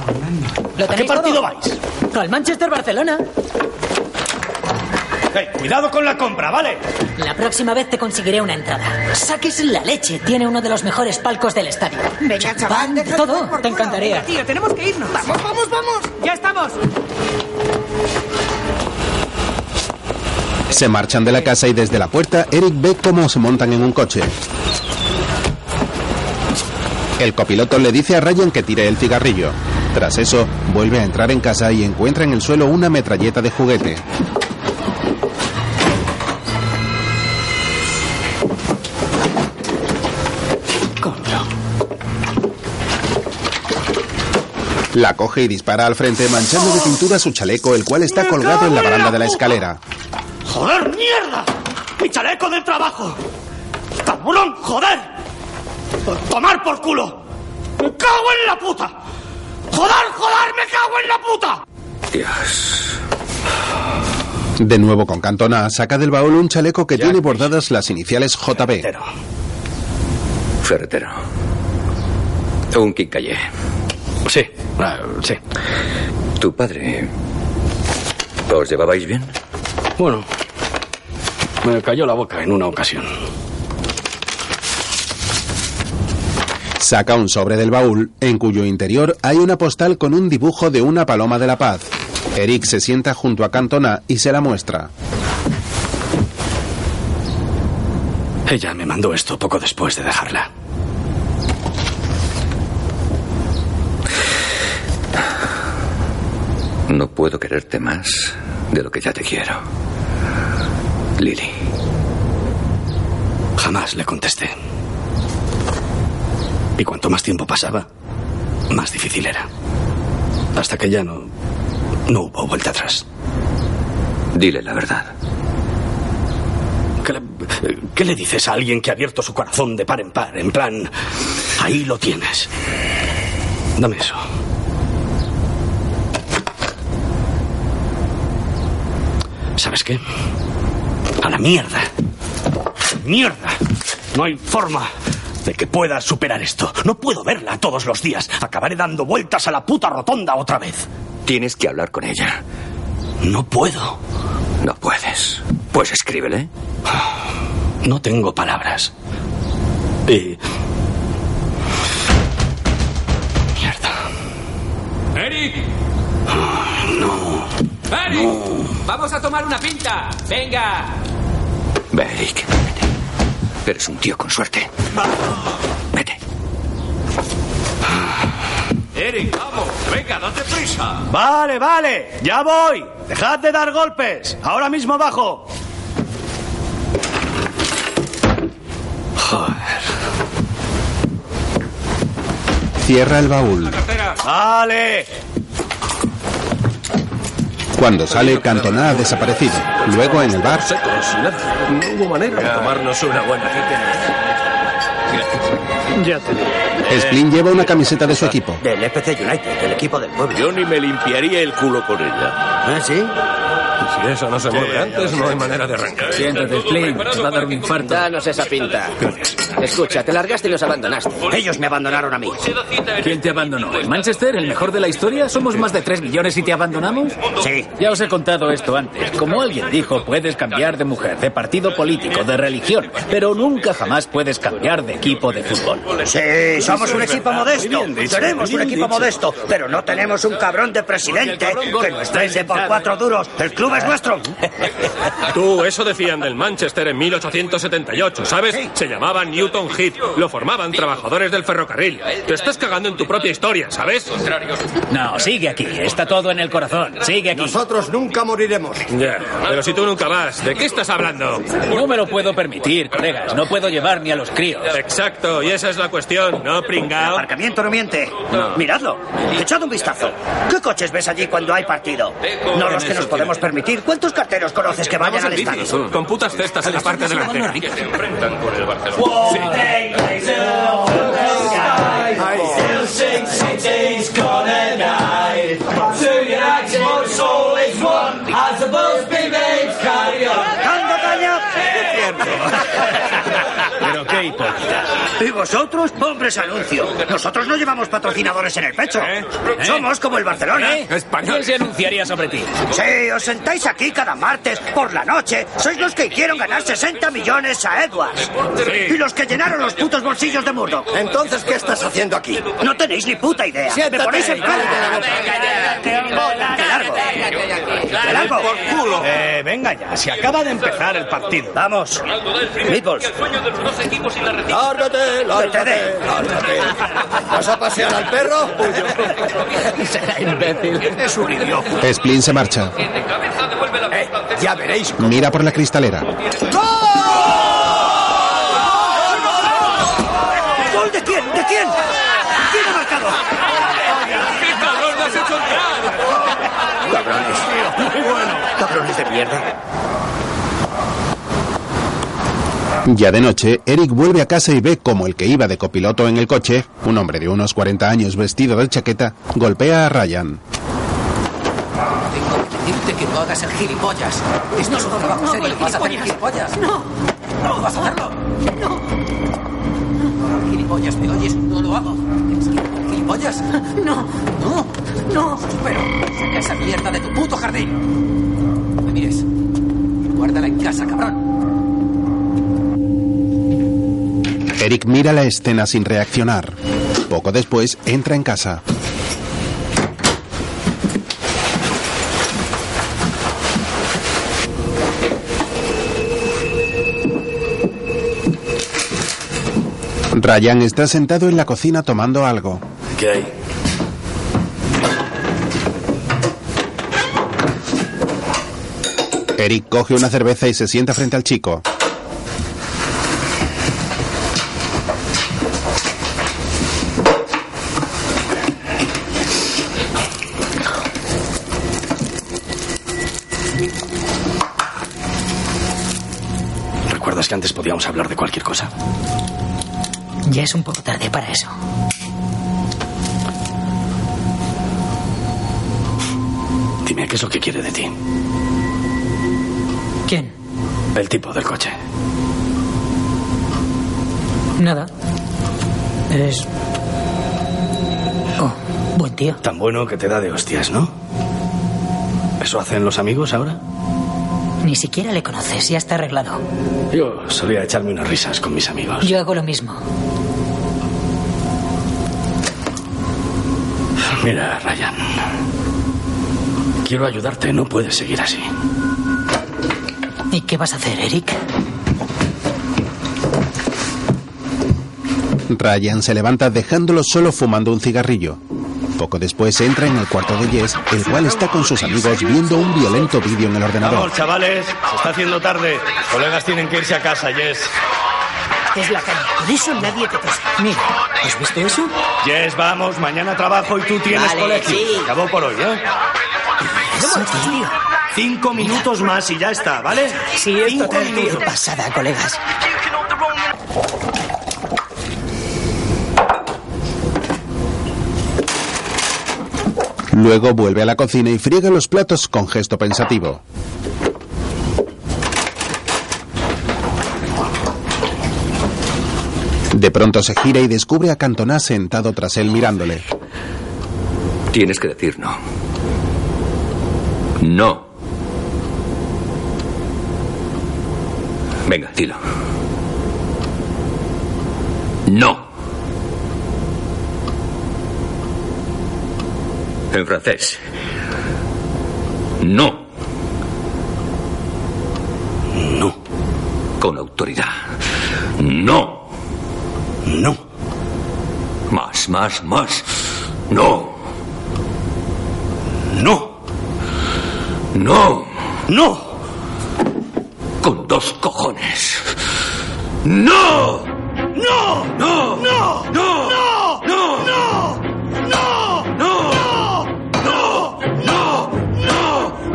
¿Lo
¿A qué
tenéis todo?
partido vais?
Al Manchester-Barcelona.
Eh, cuidado con la compra, ¿vale?
La próxima vez te conseguiré una entrada. Saques la leche. Tiene uno de los mejores palcos del estadio.
Venga, chaval.
Pan,
deja de dar
todo.
por
Te
culo.
encantaría.
Venga, tío, tenemos que irnos. Vamos, vamos, vamos. Ya estamos.
Se marchan de la casa y desde la puerta Eric ve cómo se montan en un coche. El copiloto le dice a Ryan que tire el cigarrillo. Tras eso, vuelve a entrar en casa y encuentra en el suelo una metralleta de juguete. La coge y dispara al frente, manchando de pintura su chaleco, el cual está colgado en la baranda de la escalera.
¡Joder, mierda! ¡Mi chaleco del trabajo! ¡Cabrón, joder! ¡A ¡Tomar por culo! ¡Me cago en la puta! ¡Joder, joder, me cago en la puta!
De nuevo con Cantona, saca del baúl un chaleco que tiene bordadas las iniciales JB.
Ferretero. Un quincallé. Sí,
ah,
sí. ¿Tu padre... ¿Os llevabais bien?
Bueno, me cayó la boca en una ocasión.
Saca un sobre del baúl, en cuyo interior hay una postal con un dibujo de una paloma de la paz. Eric se sienta junto a Cantona y se la muestra.
Ella me mandó esto poco después de dejarla.
No puedo quererte más de lo que ya te quiero. Lily.
Jamás le contesté. Y cuanto más tiempo pasaba, más difícil era. Hasta que ya no. no hubo vuelta atrás.
Dile la verdad.
¿Qué le, qué le dices a alguien que ha abierto su corazón de par en par? En plan. Ahí lo tienes. Dame eso. ¿Sabes qué? A la mierda. ¡Mierda! No hay forma de que pueda superar esto. No puedo verla todos los días. Acabaré dando vueltas a la puta rotonda otra vez.
Tienes que hablar con ella.
No puedo.
No puedes. Pues escríbele.
No tengo palabras. Eh, Y... Mierda.
¡Eric! Ah,
No.
¡Eric! ¡Vamos a tomar una pinta! ¡Venga!
Ve, Eric, vete. Eres un tío con suerte.
Eric, vamos, venga, date prisa.
Vale, vale, ya voy. Dejad de dar golpes. Ahora mismo bajo.
Cierra el baúl.
Vale.
Cuando sale, Cantona ha desaparecido. Luego en el bar,
Secos, nada. No hubo manera de tomarnos una buena.
Ya te digo.
Splin lleva una camiseta de su equipo.
Del EPC United, el equipo del pueblo.
Yo ni me limpiaría el culo con ella.
¿Ah, sí?
Si eso no se
Sí,
mueve
ya
antes,
lo
no
sé.
hay manera de arrancar.
Siéntate, Flynn. Te va a dar un infarto.
Danos esa pinta. Escucha, te largaste y los abandonaste. Ellos me abandonaron a mí.
¿Quién te abandonó? ¿El Manchester, el mejor de la historia? ¿Somos más de 3 millones y te abandonamos? Sí. Ya os he contado esto antes. Como alguien dijo, puedes cambiar de mujer, de partido político, de religión, pero nunca jamás puedes cambiar de equipo de fútbol.
Sí, somos un equipo modesto. Seremos un equipo modesto, pero no tenemos un cabrón de presidente que nos vende por cuatro duros. El club es nuestro.
Tú, eso decían del Manchester en 1878, ¿sabes? Se llamaba Newton Heath. Lo formaban trabajadores del ferrocarril. Te estás cagando en tu propia historia, ¿sabes?
No, sigue aquí. Está todo en el corazón. Sigue aquí.
Nosotros nunca moriremos. Ya, pero si tú nunca vas, ¿de qué estás hablando?
No me lo puedo permitir, colegas. No puedo llevar ni a los críos.
Exacto, y esa es la cuestión, ¿no, pringao?
Aparcamiento no miente. Miradlo. [LAUGHS] Echad un vistazo. ¿Qué coches ves allí cuando hay partido? No los que nos podemos permitir. ¿Cuántos carteros conoces que vayan al estadio?
Con putas cestas en la parte delantera. Que se enfrentan con el
Wow.
Barcelona.
Still sing city's gonna die. To unite more soul is one as the bulls be made carry on.
Pero qué hipócritas. ¿Y vosotros? Pobres anuncio. Nosotros no llevamos patrocinadores en el pecho. Somos como el Barcelona.
¿Eh? ¿Quién se anunciaría sobre ti?
Sí, os sentáis aquí cada martes por la noche. Sois los que hicieron ganar 60 millones a Edwards. Y los que llenaron los putos bolsillos de Murdoch. Entonces, ¿qué estás haciendo aquí? No tenéis ni puta idea. Me ponéis en largo.
Eh, venga ya, se acaba de empezar el partido.
Vamos. Meatballs.
Lárgate, lárgate, lárgate. ¿Vas a pasear al
[LAUGHS]
perro? Será imbécil. Es un idiota. Eh,
Splin se marcha.
Ya veréis.
Mira por la cristalera.
¿Gol de quién? ¿De quién? ¿Quién ha marcado?
Cabrones. Cabrones de mierda.
Ya de noche, Eric vuelve a casa y ve como el que iba de copiloto en el coche, un hombre de unos 40 años vestido de chaqueta, golpea a Ryan.
Tengo que pedirte que no hagas el gilipollas. Esto es un trabajo serio. Vas a hacer gilipollas. No. No vas a hacerlo. No. Gilipollas, ¿me oyes? No lo hago. ¿Eres gil- ¿Gilipollas? No. No. No. Pero saca esa mierda de tu puto jardín. No me mires. Guárdala en casa, cabrón.
Eric mira la escena sin reaccionar. Poco después, entra en casa. Ryan está sentado en la cocina tomando algo.
¿Qué hay?
Eric coge una cerveza y se sienta frente al chico.
¿Recuerdas que antes podíamos hablar de cualquier cosa?
Ya es un poco tarde para eso.
Dime, ¿qué es lo que quiere de ti?
¿Quién?
El tipo del coche.
Nada. Eres. Oh, buen tío.
Tan bueno que te da de hostias, ¿no? ¿Eso hacen los amigos ahora?
Ni siquiera le conoces, ya está arreglado.
Yo solía echarme unas risas con mis amigos.
Yo hago lo mismo.
Mira, Ryan. Quiero ayudarte, no puedes seguir así.
¿Y qué vas a hacer, Eric?
Ryan se levanta dejándolo solo fumando un cigarrillo. Poco después entra en el cuarto de Jess, el cual está con sus amigos viendo un violento vídeo en el ordenador.
Vamos, chavales, se está haciendo tarde. Los colegas tienen que irse a casa, Jess.
Es la calle. Con eso nadie te toca. Mira, ¿has visto eso?
Jess, vamos, mañana trabajo y tú tienes
Vale,
colegio.
sí.
Acabó por hoy, ¿eh? Cinco minutos más y ya está, ¿vale?
Sí,
Cinco minutos.
pasada, colegas.
Luego vuelve a la cocina y friega los platos con gesto pensativo. De pronto se gira y descubre a Cantona sentado tras él mirándole.
Tienes que decir no. No. Venga, dilo. No. En francés. No. No. Con autoridad. No. No. Más, más, más. No. No. No. No. Con dos cojones. No. No. No. No. No. No. No. No. No. No. No. No.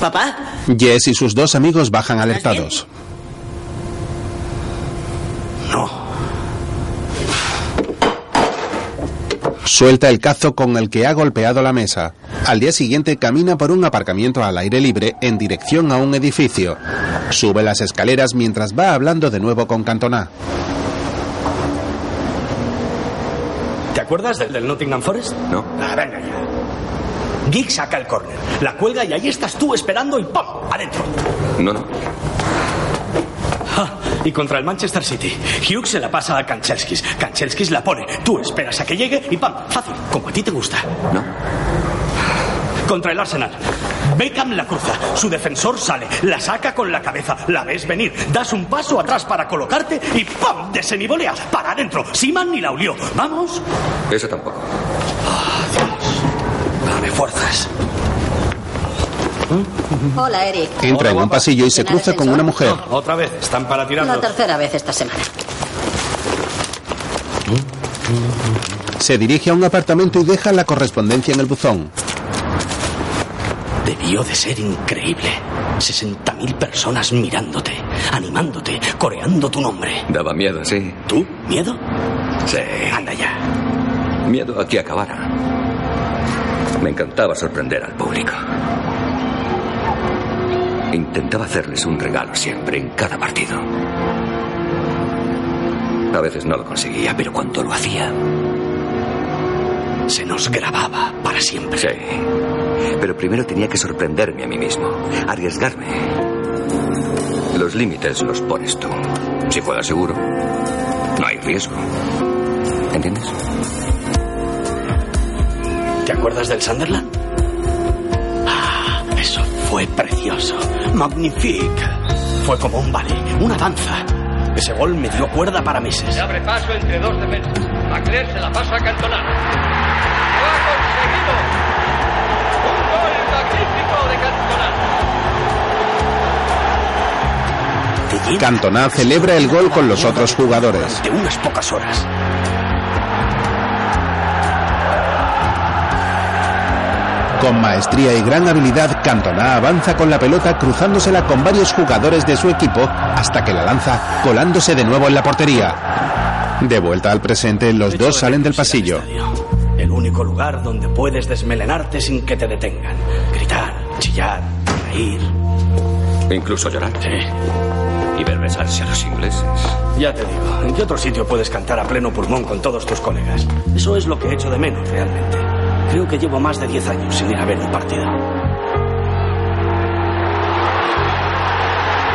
¿Papá?
Jess y sus dos amigos bajan alertados. Suelta el cazo con el que ha golpeado la mesa. Al día siguiente camina por un aparcamiento al aire libre en dirección a un edificio. Sube las escaleras mientras va hablando de nuevo con Cantona.
¿Te acuerdas del del Nottingham Forest? No. Ah, venga ya. Geek saca el córner, la cuelga y ahí estás tú esperando y ¡pum! Adentro.
No, no.
Ah, y contra el Manchester City. Hughes se la pasa a Kanchelskis. Kanchelskis la pone. Tú esperas a que llegue y ¡pam! Fácil, como a ti te gusta.
No.
Contra el Arsenal. Beckham la cruza. Su defensor sale. La saca con la cabeza. La ves venir. Das un paso atrás para colocarte y ¡pam! Desenivoleas. Para adentro. Siman ni la olió. Vamos.
Eso tampoco.
Dame fuerzas.
Hola, Eric.
Entra en un pasillo y se cruza con una mujer.
Otra vez, están para
La
tirarnos.
tercera vez esta semana.
Se dirige a un apartamento y deja la correspondencia en el buzón.
Debió de ser increíble. 60.000 personas mirándote, animándote, coreando tu nombre.
Daba miedo, sí.
¿Tú? ¿Miedo?
Sí.
Anda ya.
Miedo a que acabara. Me encantaba sorprender al público. Intentaba hacerles un regalo siempre, en cada partido. A veces no lo conseguía, pero cuando lo hacía...
Se nos grababa para siempre.
Sí. Pero primero tenía que sorprenderme a mí mismo, arriesgarme. Los límites los pones tú. Si fuera seguro, no hay riesgo. ¿Entiendes?
¿Te acuerdas del Sunderland? Ah, eso fue precioso. Magnifique. Fue como un ballet, una danza. Ese gol me dio cuerda para meses.
Se abre paso entre dos defensas. Macler se la pasa a Cantona. ¡Lo ha conseguido! ¡Un gol magnífico de Cantona!
Cantona celebra el gol con los otros jugadores.
De unas pocas horas.
Con maestría y gran habilidad, Cantona avanza con la pelota cruzándosela con varios jugadores de su equipo hasta que la lanza colándose de nuevo en la portería. De vuelta al presente, los dos salen del pasillo.
El único lugar donde puedes desmelenarte sin que te detengan. Gritar, chillar, reír.
Incluso llorarte. Y ver besarse a los ingleses.
Ya te digo, ¿en qué otro sitio puedes cantar a pleno pulmón con todos tus colegas? Eso es lo que echo de menos realmente. Creo que llevo más de 10 años sin ir a ver un partido.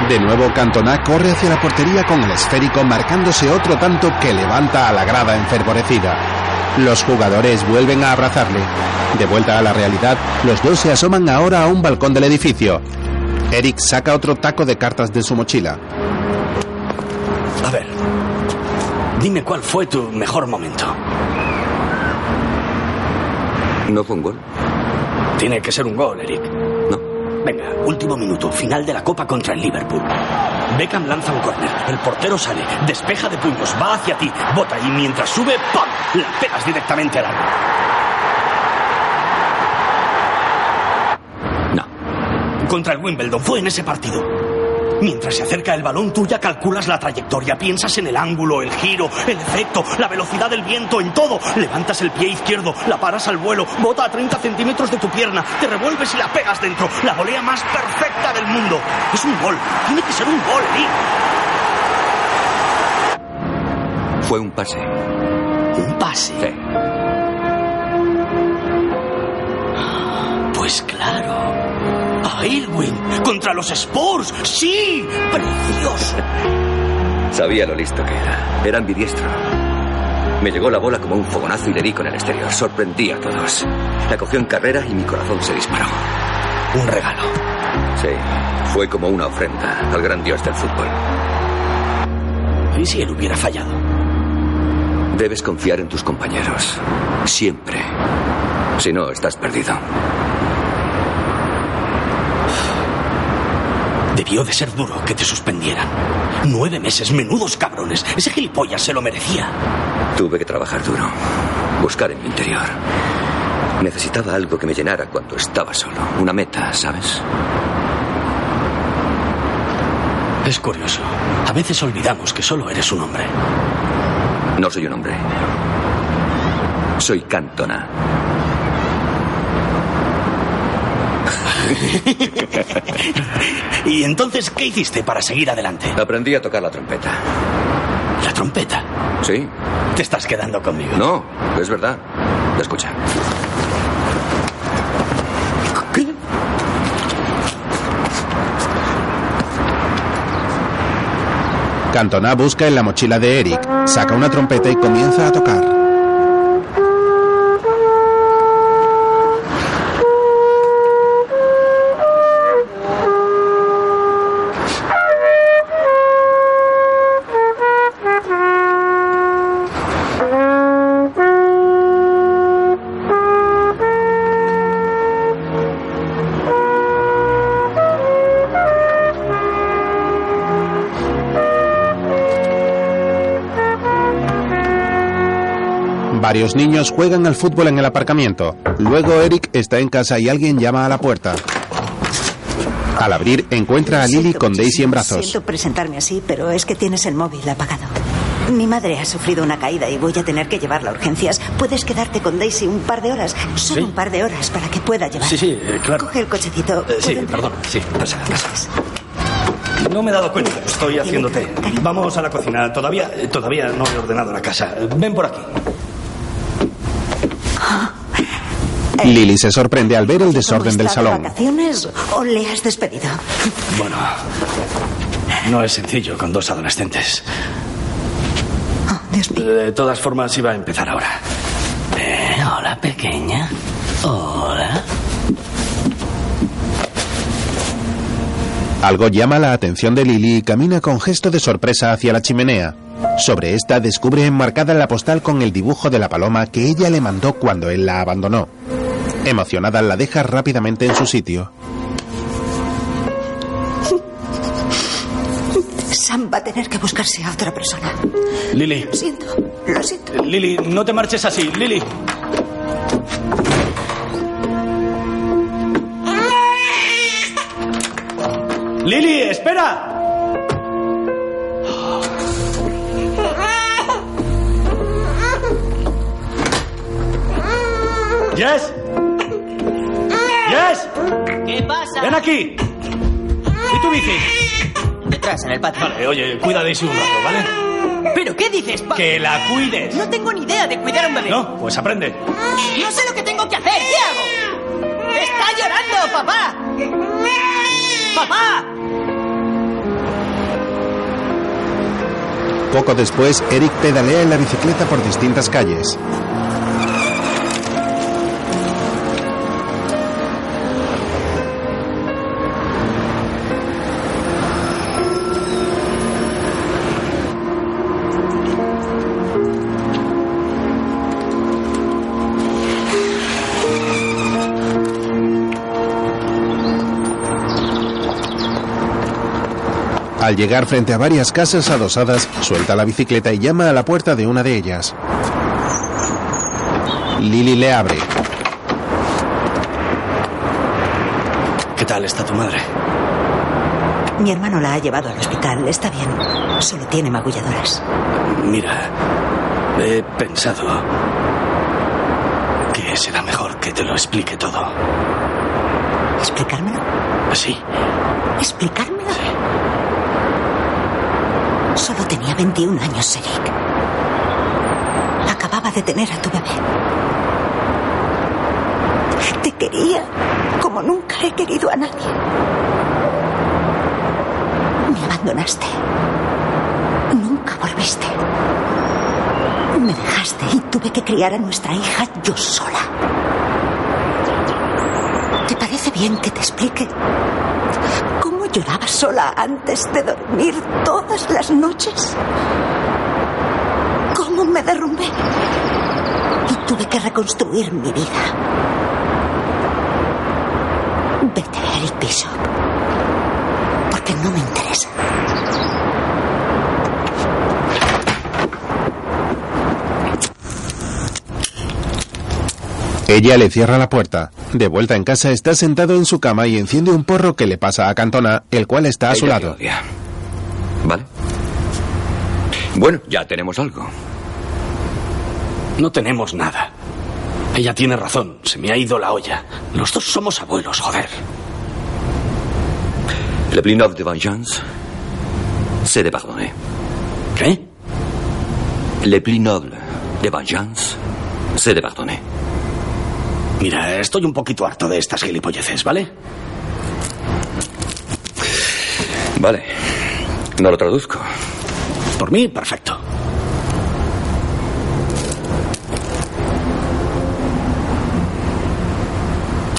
De nuevo, Cantona corre hacia la portería con el esférico marcándose otro tanto que levanta a la grada enfervorecida. Los jugadores vuelven a abrazarle. De vuelta a la realidad, los dos se asoman ahora a un balcón del edificio. Eric saca otro taco de cartas de su mochila.
A ver, dime cuál fue tu mejor momento.
¿No fue un gol?
Tiene que ser un gol, Eric. No. Venga, último minuto, final de la Copa contra el Liverpool. Beckham lanza un córner, el portero sale, despeja de puños, va hacia ti, bota y mientras sube, ¡pam! La pegas directamente al árbol. Contra el Wimbledon, fue en ese partido. Mientras se acerca el balón, tú ya calculas la trayectoria, piensas en el ángulo, el giro, el efecto, la velocidad del viento, en todo. Levantas el pie izquierdo, la paras al vuelo, bota a 30 centímetros de tu pierna, te revuelves y la pegas dentro. La volea más perfecta del mundo. Es un gol, tiene que ser un gol, Eric.
Fue un pase.
¿Un pase? Pues claro. A Irwin contra los Spurs. Sí, precioso.
Sabía lo listo que era. Era ambidiestro. Me llegó la bola como un fogonazo y le di con el exterior. Sorprendí a todos. La cogió en carrera y mi corazón se disparó.
Un regalo.
Sí, fue como una ofrenda al gran dios del fútbol.
¿Y si él hubiera fallado?
Debes confiar en tus compañeros. Siempre. Si no, estás perdido.
Debió de ser duro que te suspendieran. Nueve meses, menudos cabrones. Ese gilipollas se lo merecía.
Tuve que trabajar duro. Buscar en mi interior. Necesitaba algo que me llenara cuando estaba solo. Una meta, ¿sabes?
Es curioso. A veces olvidamos que solo eres un hombre.
No soy un hombre. Soy Cantona.
[LAUGHS] ¿Y entonces qué hiciste para seguir adelante?
Aprendí a tocar la trompeta.
¿La trompeta?
Sí.
Te estás quedando conmigo.
No, es verdad. Escucha.
Cantona busca en la mochila de Eric, saca una trompeta y comienza a tocar. Varios niños juegan al fútbol en el aparcamiento. Luego Eric está en casa y alguien llama a la puerta. Al abrir, encuentra a Lily con Daisy en brazos.
Siento presentarme así, pero es que tienes el móvil apagado. Mi madre ha sufrido una caída y voy a tener que llevarla a urgencias. Puedes quedarte con Daisy un par de horas, solo
Sí.
un par de horas, para que pueda llevarla.
Sí, sí, eh, claro.
Coge el cochecito.
Eh, sí,
Puedo entrar.
perdón. Sí, pasa, pasa. No me he dado cuenta. Estoy haciendo té. Vamos a la cocina. Todavía, eh, todavía no he ordenado la casa. Ven por aquí.
Lily se sorprende al ver el desorden del
¿Está de
salón.
vacaciones o le has despedido?
Bueno, no es sencillo con dos adolescentes.
Ah,
De todas formas, iba a empezar ahora. Eh, hola, pequeña. Hola.
Algo llama la atención de Lily y camina con gesto de sorpresa hacia la chimenea. Sobre esta descubre enmarcada la postal con el dibujo de la paloma que ella le mandó cuando él la abandonó. Emocionada la deja rápidamente en su sitio.
Sam va a tener que buscarse a otra persona.
Lily.
Lo siento, lo siento.
Eh,
Lily, no te marches así, Lily. Lily, espera. Yes. Yes.
¿Qué pasa?
Ven aquí. ¿Y tu bici?
Detrás, en el patio.
Vale, oye, cuida de ese un rato, ¿vale?
¿Pero qué dices, pa?
Que la cuides.
No tengo ni idea de cuidar a un bebé.
No, pues aprende.
No sé lo que tengo que hacer. ¿Qué hago? ¡Está llorando, papá! ¡Papá!
Poco después, Eric pedalea en la bicicleta por distintas calles. Al llegar frente a varias casas adosadas, suelta la bicicleta y llama a la puerta de una de ellas. Lily le abre.
¿Qué tal está tu madre?
Mi hermano la ha llevado al hospital. Está bien. Solo tiene magulladoras.
Mira, he pensado que será mejor que te lo explique todo.
¿Explicármelo?
Sí.
¿Explicármelo? Solo tenía 21 años, Eric. Acababa de tener a tu bebé. Te quería como nunca he querido a nadie. Me abandonaste. Nunca volviste. Me dejaste y tuve que criar a nuestra hija yo sola. ¿Te parece bien que te explique cómo lloraba sola antes de dormir todas las noches? ¿Cómo me derrumbé? Y tuve que reconstruir mi vida. Vete, Eric Bishop. Porque no me interesa.
Ella le cierra la puerta. De vuelta en casa, está sentado en su cama y enciende un porro que le pasa a Cantona, el cual está a su lado.
¿Vale? Bueno, ya tenemos algo.
No tenemos nada. Ella tiene razón, se me ha ido la olla. Los dos somos abuelos, joder.
Le Blinov de Vengeance se de ¿eh? pardonner.
¿Qué?
Le plus noble de Vengeance se de ¿eh? pardonner.
Mira, estoy un poquito harto de estas gilipolleces, ¿vale?
Vale. No lo traduzco.
Por mí, perfecto.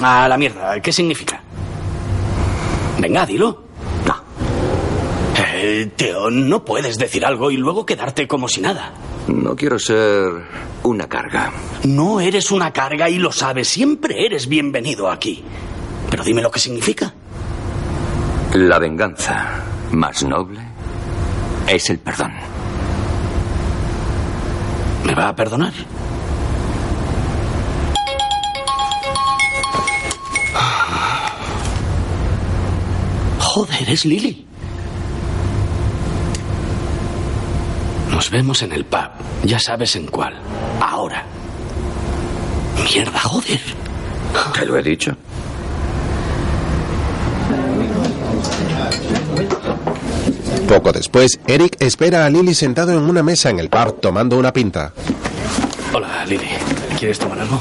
A la mierda, ¿qué significa? Venga, dilo. No. Eh, Teo, no puedes decir algo y luego quedarte como si nada.
No quiero ser una carga.
No eres una carga y lo sabes, siempre eres bienvenido aquí. Pero dime lo que significa.
La venganza más noble es el perdón.
¿Me va a perdonar? Joder, es Lily. Nos vemos en el pub. Ya sabes en cuál. Ahora. Mierda, joder.
Te lo he dicho.
Poco después, Eric espera a Lily sentado en una mesa en el pub tomando una pinta.
Hola, Lily. ¿Quieres tomar algo?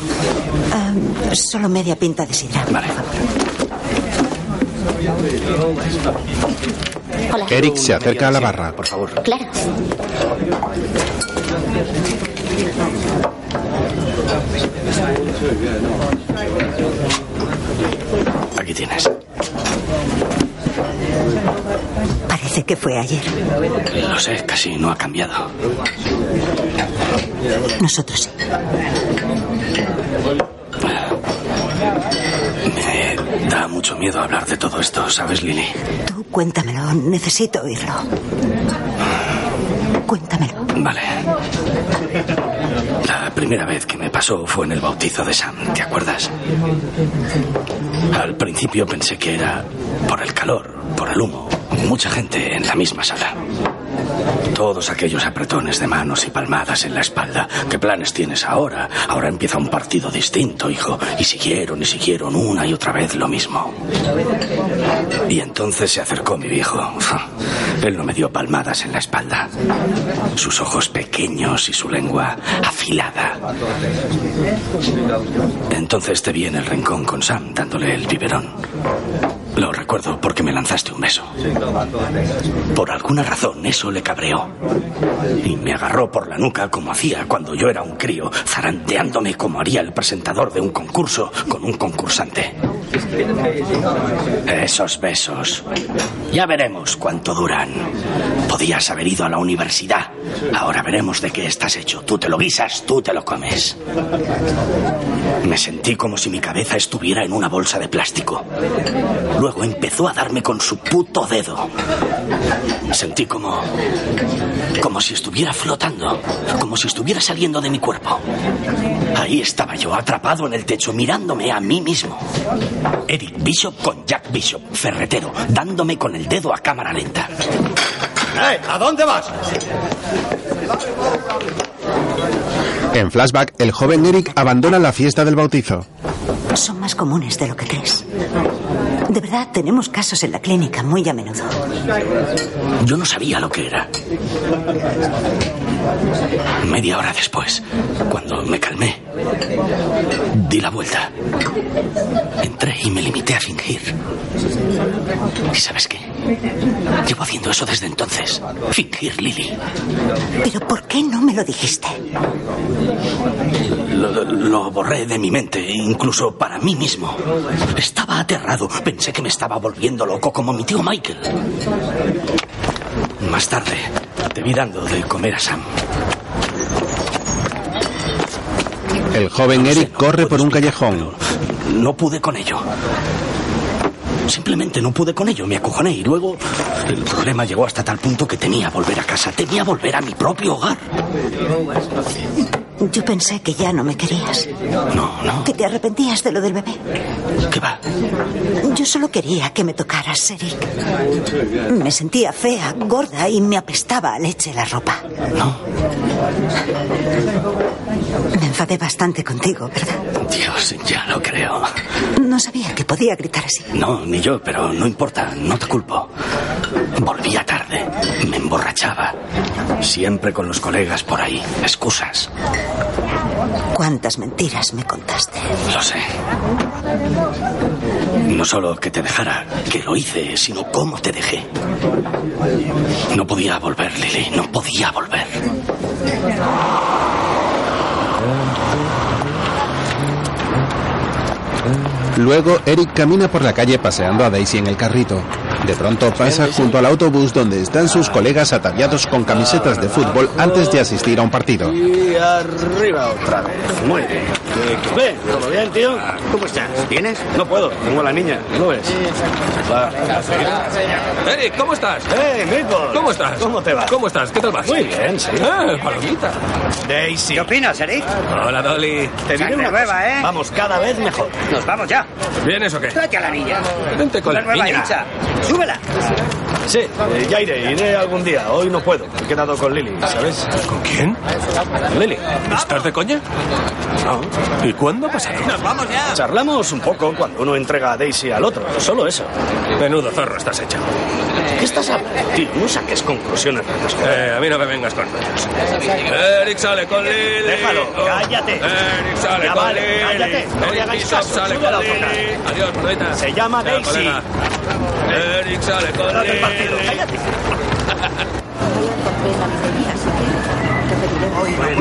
Ah, solo media pinta de sidra. Vale.
Hola.
Eric se acerca a la barra.
Por favor.
Claro.
Aquí tienes.
Parece que fue ayer.
Eh, Lo sé, casi no ha cambiado.
Nosotros sí.
Me da mucho miedo hablar de todo esto, ¿sabes, Lily?
Tú cuéntamelo, necesito oírlo. Cuéntamelo.
Vale. La primera vez que me pasó fue en el bautizo de Sam, ¿te acuerdas? Al principio pensé que era por el calor, por el humo, mucha gente en la misma sala. Todos aquellos apretones de manos y palmadas en la espalda. ¿Qué planes tienes ahora? Ahora empieza un partido distinto, hijo. Y siguieron y siguieron una y otra vez lo mismo. Y entonces se acercó mi viejo. Él no me dio palmadas en la espalda. Sus ojos pequeños y su lengua afilada. Entonces te vi en el rincón con Sam dándole el biberón. Lo recuerdo porque me lanzaste un beso. Por alguna razón eso le cabreó. Y me agarró por la nuca como hacía cuando yo era un crío, zaranteándome como haría el presentador de un concurso con un concursante. Esos besos. Ya veremos cuánto duran. Podías haber ido a la universidad. Ahora veremos de qué estás hecho. Tú te lo guisas, tú te lo comes. Me sentí como si mi cabeza estuviera en una bolsa de plástico. Luego empezó a darme con su puto dedo. Sentí como. como si estuviera flotando, como si estuviera saliendo de mi cuerpo. Ahí estaba yo, atrapado en el techo, mirándome a mí mismo. Eric Bishop con Jack Bishop, ferretero, dándome con el dedo a cámara lenta.
¡Eh! ¿A dónde vas?
En flashback, el joven Eric abandona la fiesta del bautizo.
Son más comunes de lo que crees. De verdad, tenemos casos en la clínica muy a menudo.
Yo no sabía lo que era. Media hora después, cuando me calmé, di la vuelta. Entré y me limité a fingir. ¿Y sabes qué? Llevo haciendo eso desde entonces. Fingir, Lily.
Pero ¿por qué no me lo dijiste?
Lo, lo borré de mi mente, incluso para mí mismo. Estaba aterrado. Pensé que me estaba volviendo loco como mi tío Michael. Más tarde, te vi dando de comer a Sam.
El joven Eric corre por un callejón.
No pude con ello. Simplemente no pude con ello, me acojoné y luego el problema llegó hasta tal punto que temía volver a casa, temía volver a mi propio hogar.
Yo pensé que ya no me querías.
No, no.
Que te arrepentías de lo del bebé.
¿Qué va?
Yo solo quería que me tocaras, Eric. Me sentía fea, gorda y me apestaba a leche la ropa. Me enfadé bastante contigo, ¿verdad?
Dios, ya lo creo.
No sabía que podía gritar así.
No, ni yo, pero no importa, no te culpo. Volvía tarde, me emborrachaba. Siempre con los colegas por ahí, excusas.
¿Cuántas mentiras me contaste?
Lo sé. No solo que te dejara, que lo hice, sino cómo te dejé. No podía volver, Lily, no podía volver.
Luego, Eric camina por la calle paseando a Daisy en el carrito. De pronto pasa junto al autobús donde están sus colegas ataviados con camisetas de fútbol antes de asistir a un partido.
Y arriba otra vez. Muy bien. Ven, ¿todo bien, tío? ¿Cómo estás? ¿Vienes? No puedo, tengo a la niña, ¿no ves?
Eric, ¿cómo estás?
¡Eh, Michael!
¿Cómo estás?
¿Cómo te va?
¿Cómo estás? ¿Qué tal vas?
Muy bien, sí.
Ah, palomita.
Daisy. ¿Qué opinas, Eric?
Hola, Dolly.
Te viene una nueva, ¿eh? Vamos cada vez mejor. Nos vamos ya.
¿Vienes o qué?
Vete a la niña.
Vente con
Una
la
nueva
niña.
hincha. Súbela. Sí, eh, ya iré, iré algún día. Hoy no puedo. He quedado con Lily, ¿sabes?
¿Con quién? Lily. ¿Estás de coña? No. ¿Y cuándo ha pasado?
Charlamos un poco cuando uno entrega a Daisy al otro. Solo eso.
Menudo zorro estás hecho.
¿Qué estás hablando? Tío, no saques conclusiones. raras.
Eh, a mí no me vengas con rollos. Eric sale con Lily.
Déjalo,
Oh.
cállate.
Eric Eh, sale
Ya
con
vale,
Lily.
cállate, no le
Eric
hagáis
Bishop
caso,
sale
sube
con
la
Lily.
otra.
Adiós, gordita.
Se llama
Ya,
Daisy.
colega. Eric sale con
Date el
Lily.
partido, cállate.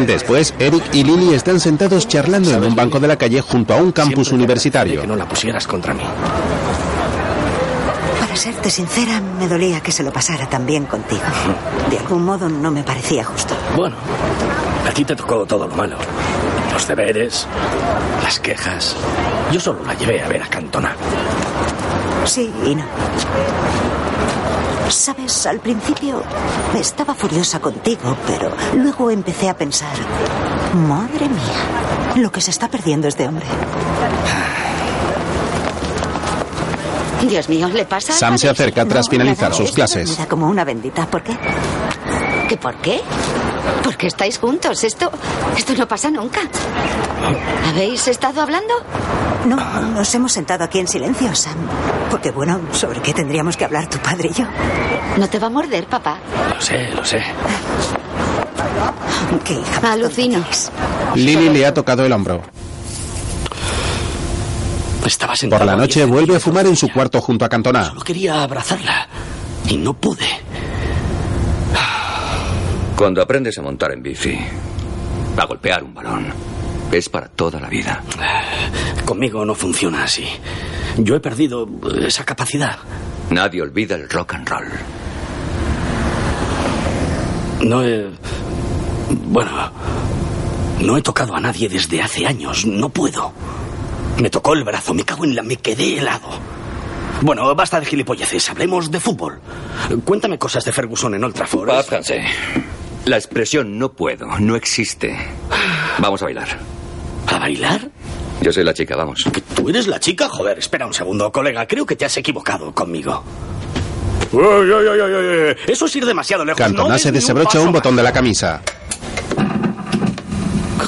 Después, Eric y Lily están sentados charlando en un banco de la calle junto a un campus universitario.
No la pusieras contra mí.
Para serte sincera, me dolía que se lo pasara tan bien contigo. De algún modo no me parecía justo.
Bueno, a ti te tocó todo lo malo. Los deberes, las quejas. Yo solo la llevé a ver a Cantona.
Sí y no. Sabes, al principio estaba furiosa contigo, pero luego empecé a pensar, madre mía, lo que se está perdiendo este hombre.
Dios mío, ¿le pasa?
Sam se acerca tras finalizar sus clases.
Era como una bendita, ¿por qué?
¿Qué por qué? Porque estáis juntos. Esto, esto no pasa nunca. ¿Habéis estado hablando?
No, nos hemos sentado aquí en silencio, Sam. Porque bueno, ¿sobre qué tendríamos que hablar tu padre y yo?
No te va a morder, papá.
Lo sé, lo sé.
¿Qué hija?
Alucino.
Lily le ha tocado el hombro. Por la noche vuelve a fumar en su cuarto junto a Cantona.
No quería abrazarla. Y no pude.
Cuando aprendes a montar en bici, a golpear un balón, es para toda la vida.
Conmigo no funciona así. Yo he perdido eh, esa capacidad.
Nadie olvida el rock and roll.
No he... Bueno, no he tocado a nadie desde hace años. No puedo. Me tocó el brazo, me cago en la... Me quedé helado. Bueno, basta de gilipolleces, hablemos de fútbol. Cuéntame cosas de Ferguson en Old Trafford.
Bástanse. La expresión no puedo no existe. Vamos a bailar.
¿A bailar?
Yo soy la chica, vamos.
¿Tú eres la chica? Joder, espera un segundo, colega. Creo que te has equivocado conmigo. Uy, uy, uy, uy, uy, uy. Eso es ir demasiado lejos.
Cantona
ves
se
ni un
desabrocha un botón de la camisa.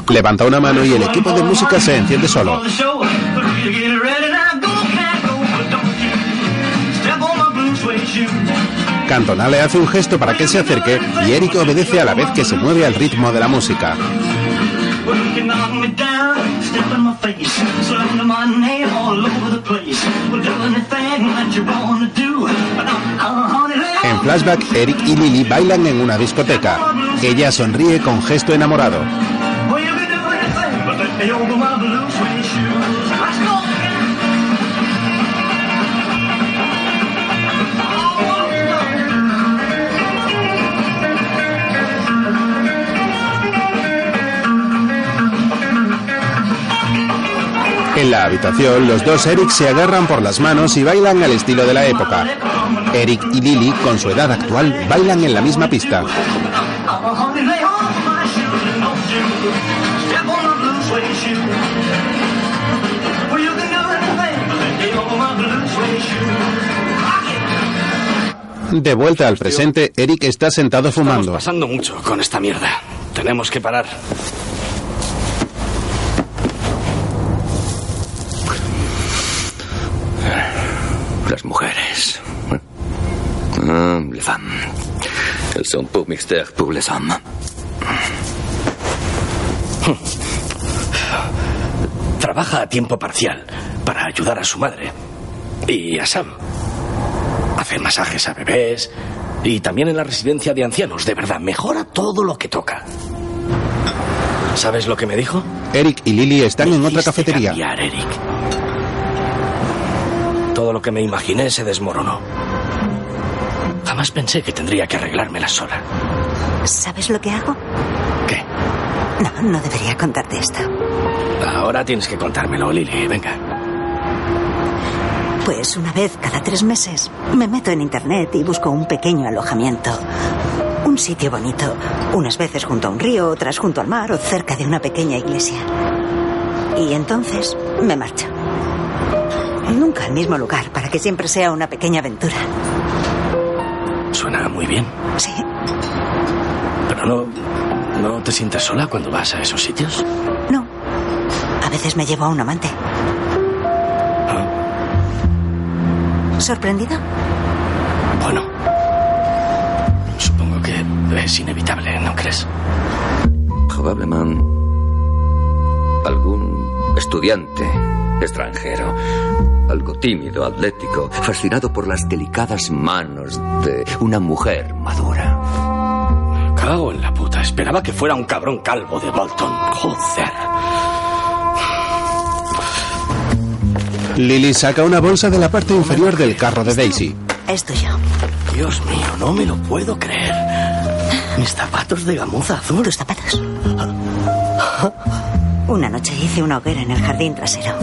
Levanta una mano y el equipo de música se enciende solo.
oh,
Cantona le hace un gesto para que se acerque y Eric obedece a la vez que se mueve al ritmo de la música. En flashback, Eric y Lily bailan en una discoteca. Ella sonríe con gesto enamorado. En la habitación, los dos Eric se agarran por las manos y bailan al estilo de la época. Eric y Lily, con su edad actual, bailan en la misma pista. De vuelta al presente, Eric está sentado fumando.
pasando mucho con esta mierda. Tenemos que parar.
Las mujeres. Ah, les femmes. Elles sont pour mixtes pour les hommes.
Hmm. Trabaja a tiempo parcial para ayudar a su madre y a Sam. Hace masajes a bebés y también en la residencia de ancianos. De verdad, mejora todo lo que toca. ¿Sabes lo que me dijo?
Eric y Lily están en otra cafetería.
Cambiar, Eric. Todo lo que me imaginé se desmoronó. Jamás pensé que tendría que arreglármela sola.
¿Sabes lo que hago?
¿Qué?
No, no debería contarte esto.
Ahora tienes que contármelo, Lily. Venga.
Pues una vez cada tres meses me meto en internet y busco un pequeño alojamiento. Un sitio bonito. Unas veces junto a un río, otras junto al mar o cerca de una pequeña iglesia. Y entonces me marcho. Nunca al mismo lugar, para que siempre sea una pequeña aventura.
Suena muy bien.
Sí.
Pero no. ¿No te sientes sola cuando vas a esos sitios?
No. A veces me llevo a un amante. ¿Sorprendido?
Bueno. Supongo que es inevitable, ¿no crees?
Probablemente algún estudiante extranjero, algo tímido, atlético, fascinado por las delicadas manos de una mujer madura.
Cago en la puta. Esperaba que fuera un cabrón calvo de Bolton. Joder.
Lily saca una bolsa de la parte inferior del carro de Daisy.
Es tuyo.
Dios mío, no me lo puedo creer. Mis zapatos de gamuza azul.
¿Tus zapatos? Una noche hice una hoguera en el jardín trasero.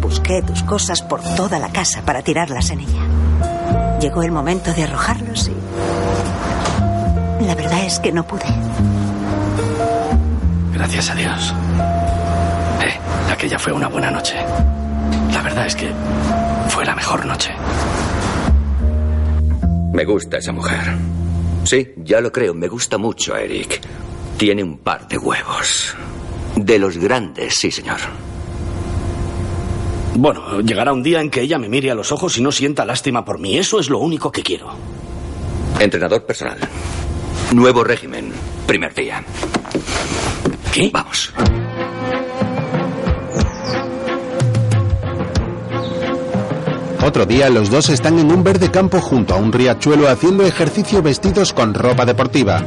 Busqué tus cosas por toda la casa para tirarlas en ella. Llegó el momento de arrojarlos y... La verdad es que no pude.
Gracias a Dios. Eh, aquella fue una buena noche. La verdad es que fue la mejor noche.
Me gusta esa mujer. Sí, ya lo creo, me gusta mucho, Eric. Tiene un par de huevos. De los grandes, sí, señor.
Bueno, llegará un día en que ella me mire a los ojos y no sienta lástima por mí. Eso es lo único que quiero.
Entrenador personal. Nuevo régimen. Primer día. ¿Qué? Vamos.
Otro día los dos están en un verde campo junto a un riachuelo haciendo ejercicio vestidos con ropa deportiva.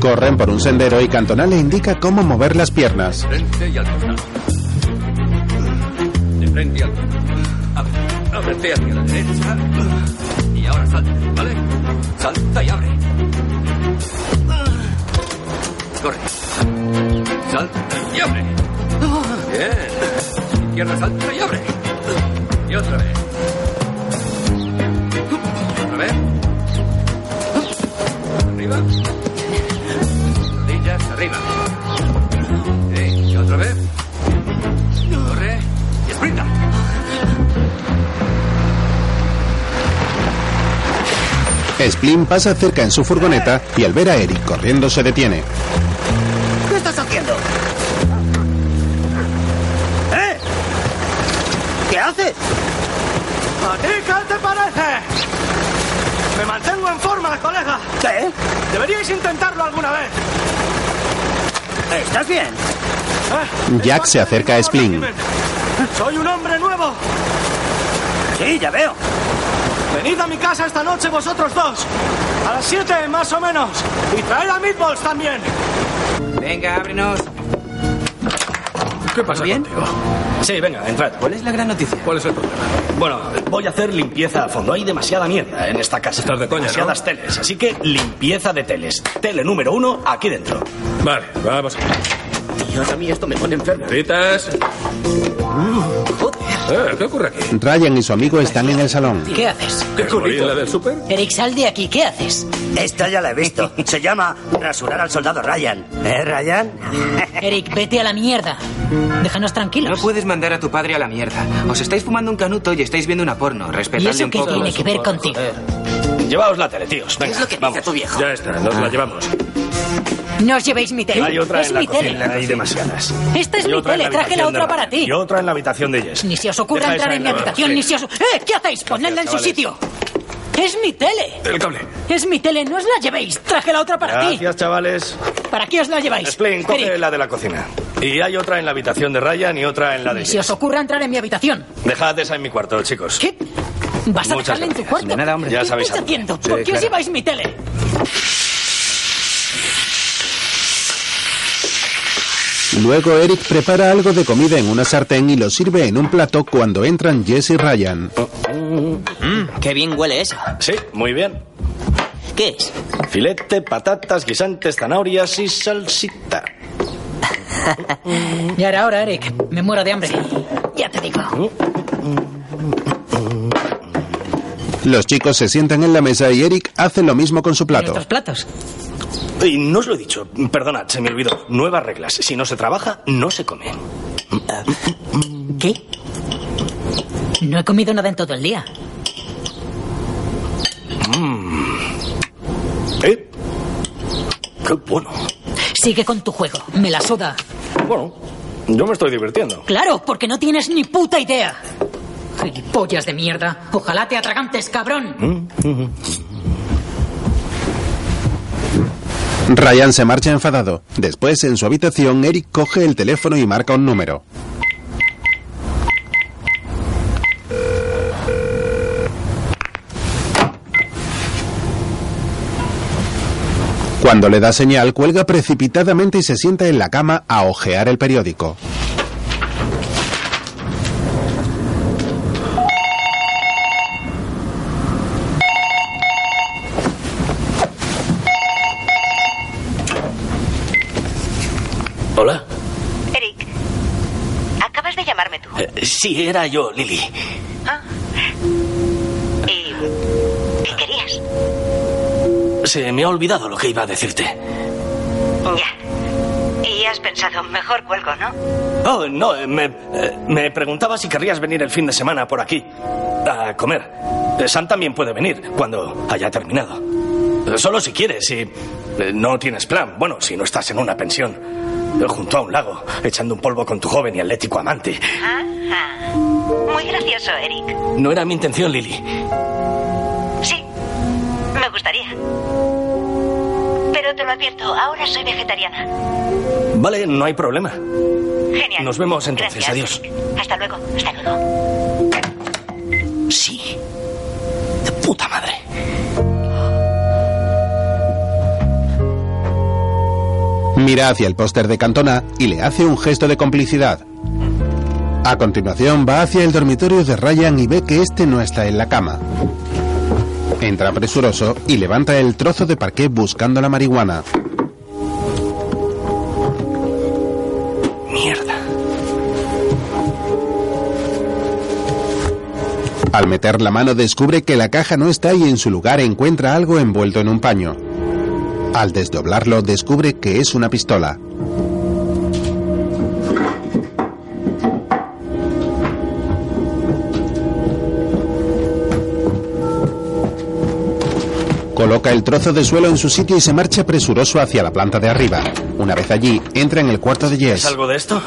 Corren por un sendero y Cantona le indica cómo mover las piernas.
Frente y alto. De frente y alto. Abre. Ábrete hacia la derecha. Y ahora salta, ¿vale? Salta y abre. Corre. Salta y abre. Bien.
[LAUGHS]
Izquierda salta y abre. Y otra vez. Otra vez. Arriba. Rodillas arriba. Sí, y otra vez. Corre. Y sprinta.
Splin pasa cerca en su furgoneta y al ver a Eric corriendo se detiene.
¿Qué estás haciendo? ¿Eh? ¿Qué haces?
¿A ti qué te parece? Me mantengo en forma, colega.
¿Qué?
Deberíais intentarlo alguna vez.
¿Estás bien?
Jack se acerca a Splin.
Eh, Soy un hombre nuevo.
Sí, ya veo.
Venid a mi casa esta noche vosotros dos. A las 7 más o menos. Y traed a Meatballs también.
Venga, ábrenos.
¿Qué pasa ¿Bien? Sí, venga, entrad. ¿Cuál es la gran noticia? ¿Cuál es el problema?
Bueno, voy a hacer limpieza a fondo. Hay demasiada mierda en esta casa.
Estás de coña, ¿no?
Demasiadas teles. Así que limpieza de teles. Tele número uno aquí dentro.
Vale, vamos.
Dios, a mí esto me pone enfermo.
Citas. Eh, ¿Qué ocurre aquí?
Ryan y su amigo están en el salón.
¿Qué haces?
¿Qué ocurre? Pues ¿La del súper?
Eric, sal de aquí. ¿Qué haces?
Esta ya la he
[LAUGHS]
visto. Se llama rasurar al soldado Ryan. ¿Eh, Ryan?
Eric, vete a la mierda. Déjanos tranquilos.
No puedes mandar a tu padre a la mierda. Os estáis fumando un canuto y estáis viendo una porno.
¿Y
Respetadle
eso
un
qué
poco.
tiene que ver contigo?
Llevaos la tele, tíos. Venga,
es lo que dice
vamos.
tu viejo?
Ya está, nos
Ah.
la llevamos.
No os llevéis mi tele.
Hay otra
es
en la
mi
cocina. eh.
tele.
Hay demasiadas.
Esta es
Y
mi
otra en
tele. Traje la
habitación de
otra para
Ryan.
ti.
Y otra en la habitación de Jess.
Ni se os ocurra
Deja
entrar
esa
en mi
la-
habitación,
Sí.
ni se os... ¡Eh! ¿Qué hacéis? Ponedla en su
chavales.
sitio. Es mi tele.
El cable.
Es mi tele, no os la llevéis. Traje la otra para ti.
Gracias, chavales.
¿Para qué os la lleváis?
Splin, coge
Eric,
la de la cocina. Y hay otra en la habitación de Ryan y otra en la de
ni se os
Jess.
ocurra entrar en mi habitación.
Dejad esa en mi cuarto, chicos.
¿Qué? Vas a
Muchas
dejarla en tu
gracias.
cuarto.
De nada, hombre. Ya
¿Qué
sabéis
estáis
algo.
haciendo?
Sí,
¿Por qué os
claro.
lleváis mi tele?
Luego Eric prepara algo de comida en una sartén y lo sirve en un plato cuando entran Jess y Ryan.
Mm.
Mmm, qué bien huele eso.
Sí, muy bien.
¿Qué es?
Filete, patatas, guisantes, zanahorias y salsita.
Ya era hora, Eric. Me muero de hambre. Ya te digo.
Uh.
Los chicos se sientan en la mesa y Eric hace lo mismo con su plato.
platos?
Y no os lo he dicho. Perdonad, se me olvidó. Nuevas reglas. Si no se trabaja, no se come.
¿Qué? No he comido nada en todo el día.
Mm.
¿Eh? Qué bueno.
Sigue con tu juego. Me la suda.
Bueno, yo me estoy divirtiendo.
Claro, porque no tienes ni puta idea. Gilipollas de mierda. Ojalá te atragantes, cabrón.
Ryan se marcha enfadado. Después, en su habitación, Eric coge el teléfono y marca un número. Cuando le da señal, cuelga precipitadamente y se sienta en la cama a hojear el periódico.
Hola.
Eric, acabas de llamarme tú.
Eh, sí, era yo, Lily.
Ah. ¿Y qué querías?
Se me ha olvidado lo que iba a decirte.
Ya. Y has pensado, mejor cuelgo, ¿no?
Oh, no, eh, me, eh, me preguntaba si querrías venir el fin de semana por aquí a comer. Eh, Sam también puede venir cuando haya terminado. Eh, Solo si quieres, si eh, no tienes plan. Bueno, si no estás en una pensión, eh, junto a un lago, echando un polvo con tu joven y atlético amante.
Ajá. Muy gracioso, Eric.
No era mi intención, Lily.
Sí, me gustaría. Pero te lo advierto, ahora soy vegetariana.
Vale, no hay problema.
Genial.
Nos vemos entonces. Adiós.
Hasta luego, hasta luego.
Sí. De puta madre.
Mira hacia el póster de Cantona y le hace un gesto de complicidad. A continuación va hacia el dormitorio de Ryan y ve que este no está en la cama. Entra presuroso y levanta el trozo de parqué buscando la marihuana.
Mierda.
Al meter la mano descubre que la caja no está y en su lugar encuentra algo envuelto en un paño. Al desdoblarlo descubre que es una pistola. Coloca el trozo de suelo en su sitio y se marcha presuroso hacia la planta de arriba. Una vez allí, entra en el cuarto de
¿Es
Jess.
algo de esto?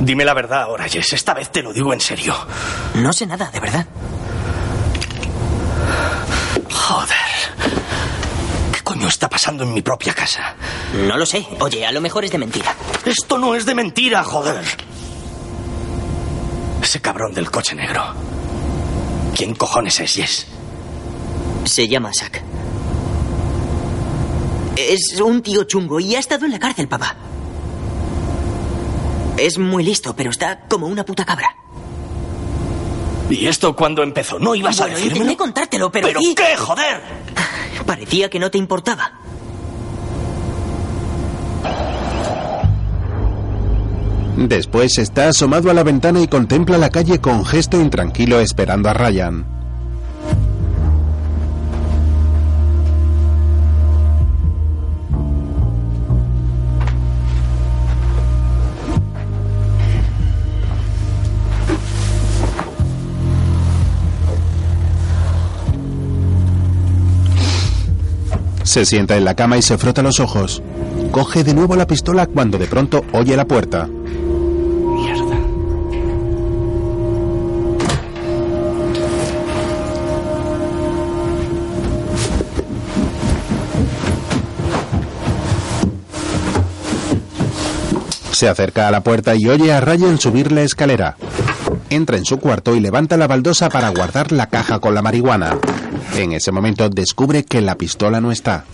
Dime la verdad ahora, Jess. Esta vez te lo digo en serio.
No sé nada, de verdad.
Joder. ¿Qué coño está pasando en mi propia casa?
No lo sé. Oye, a lo mejor es de mentira.
Esto no es de mentira, joder. Ese cabrón del coche negro. ¿Quién cojones es Jess?
Se llama Zack. Es un tío chungo y ha estado en la cárcel, papá. Es muy listo, pero está como una puta cabra.
¿Y esto cuándo empezó? ¿No ibas
Bueno,
a decirme?
Intenté contártelo, pero...
¿Pero qué, joder?
Parecía que no te importaba.
Después está asomado a la ventana y contempla la calle con gesto intranquilo esperando a Ryan. Se sienta en la cama y se frota los ojos. Coge de nuevo la pistola cuando de pronto oye la puerta. Se acerca a la puerta y oye a Ryan subir la escalera. Entra en su cuarto y levanta la baldosa para guardar la caja con la marihuana. En ese momento descubre que la pistola no está.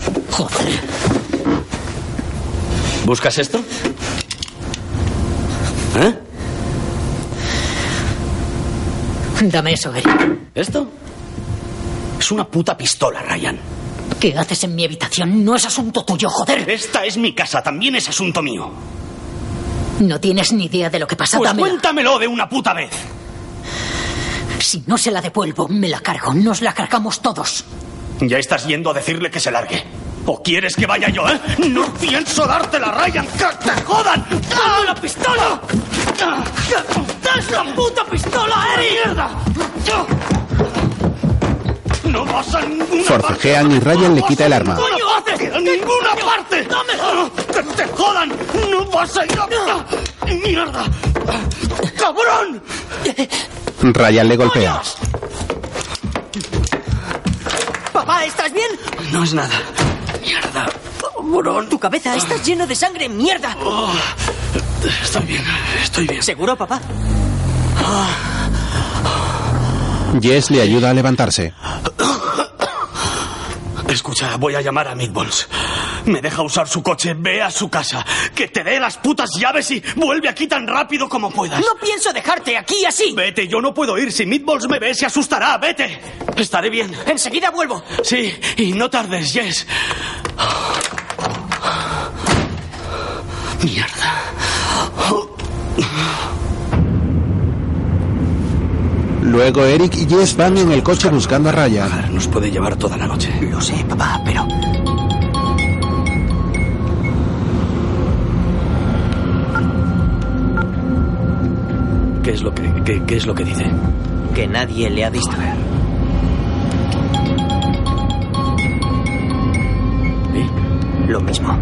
¿Buscas esto? ¿Eh?
Dame eso, eh. Eric.
¿Esto? Es una puta pistola, Ryan.
¿Qué haces en mi habitación? No es asunto tuyo, joder.
Esta es mi casa, también es asunto mío.
No tienes ni idea de lo que pasa.
Pues
Dámela.
cuéntamelo de una puta vez.
Si no se la devuelvo, me la cargo. Nos la cargamos todos.
Ya estás yendo a decirle que se largue.
¿O quieres que vaya yo, eh? ¡No pienso dártela, Ryan! ¡Que te jodan! ¡Dame la pistola!
¡Es la puta pistola, Eric! ¡Mierda! ¡No vas a ninguna
Forcejean y Ryan le quita el arma.
parte! ¡A ninguna parte! ¡Dámelo! ¡Que te jodan! ¡No vas a ir a... ¡Mierda! ¡Cabrón!
Ryan le golpea.
Papá, ¿estás bien?
No es nada.
Mierda. Tu cabeza, estás lleno de sangre, mierda.
Estoy bien, estoy bien.
¿Seguro, papá?
Jess le ayuda a levantarse.
Escucha, voy a llamar a Meatballs. Me deja usar su coche, ve a su casa, que te dé las putas llaves y vuelve aquí tan rápido como puedas.
No pienso dejarte aquí así.
Vete, yo no puedo ir. Si Meatballs me ve, se asustará. Vete. Estaré bien.
Enseguida vuelvo.
Sí, y no tardes, Jess.
Mierda.
Luego Eric y Jess van en el coche buscando a Raya.
Nos puede llevar toda la noche. Lo sé, papá, pero.
¿Qué es lo que, qué, qué es lo que dice?
Que nadie le ha visto. Lo mismo.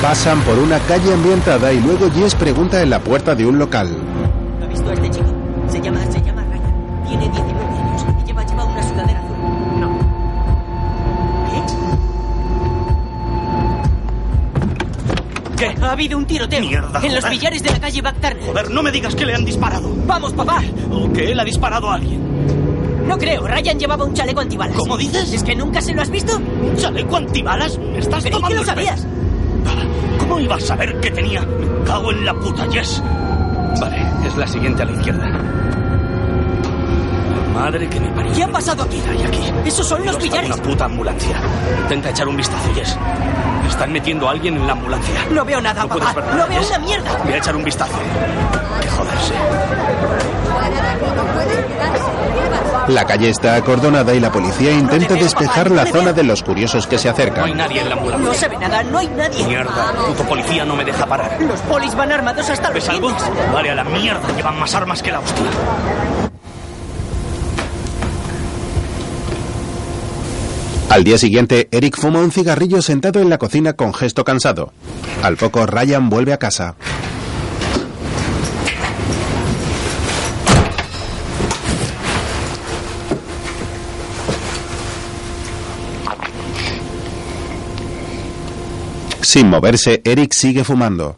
Pasan por una calle ambientada y luego Jess pregunta en la puerta de un local.
¿Lo ha visto a este chico? Se llama, se llama Ryan. Tiene 19 años y lleva, lleva una sudadera azul. No.
¿Qué?
Ha habido un tiroteo.
Mierda,
En los
joder.
billares de la calle Bactarna.
Joder, no me digas que le han disparado.
¡Vamos, papá!
O que él ha disparado a alguien.
No creo, Ryan llevaba un chaleco antibalas.
¿Cómo dices?
¿Es que nunca se lo has visto?
¿Un chaleco antibalas? ¿Me estás
Creí que
tomando
lo
el
sabías.
¿Cómo iba a saber que tenía? Me cago en la puta, Jess.
Vale, es la siguiente a la izquierda.
Madre que me parió.
¿Qué ha pasado aquí?
Hay aquí.
Esos son los
Está
billares.
Una puta ambulancia. Intenta echar un vistazo, Jess. Están metiendo a alguien en la ambulancia.
No veo nada,
No
papá.
puedes ver nada,
no veo
¿eh?
Jess.
una mierda.
Voy a echar un vistazo. Que joderse.
La calle está acordonada y la policía intenta despejar la zona de los curiosos que se
No hay
acercan.
nadie en la ambulancia.
No se ve nada, no hay nadie.
Mierda, el puto policía no me deja parar.
Los polis van armados hasta los
¿Ves algo?
dientes.
Vale, a la mierda. Llevan más armas que la hostia.
Al día siguiente, Eric fuma un cigarrillo sentado en la cocina con gesto cansado. Al poco, Ryan vuelve a casa. Sin moverse, Eric sigue fumando.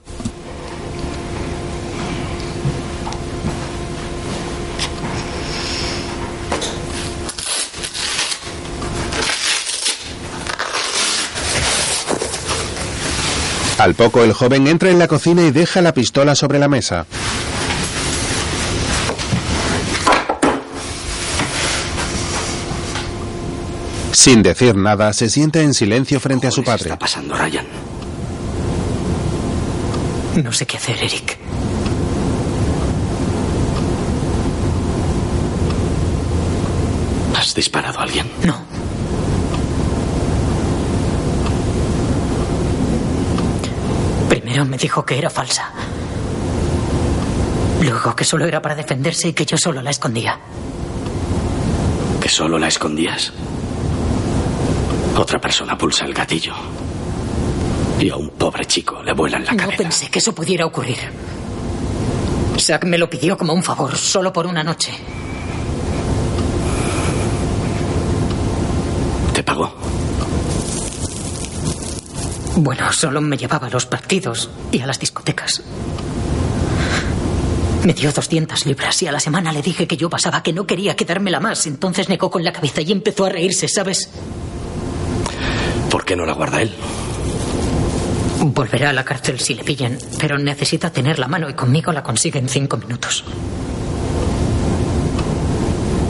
Al poco el joven entra en la cocina y deja la pistola sobre la mesa. Sin decir nada, se sienta en silencio frente a su padre. está
pasando, Ryan?
No sé qué hacer, Eric.
¿Has disparado a alguien?
No.
Primero me dijo que era falsa. Luego que solo era para defenderse y que yo solo la escondía.
¿Que solo la escondías? Otra persona pulsa el gatillo. Y a un pobre chico le vuelan la
no
cabeza.
pensé que eso pudiera ocurrir. Zack me lo pidió como un favor, solo por una noche.
¿Te pagó?
Bueno, solo me llevaba a los partidos y a las discotecas. Me dio 200 libras y a la semana le dije que yo pasaba, que no quería quedármela más. Entonces negó con la cabeza y empezó a reírse, ¿sabes?
¿Por qué no la guarda él?
Volverá a la cárcel si le pillan, pero necesita tener la mano y conmigo la consigue en cinco minutos.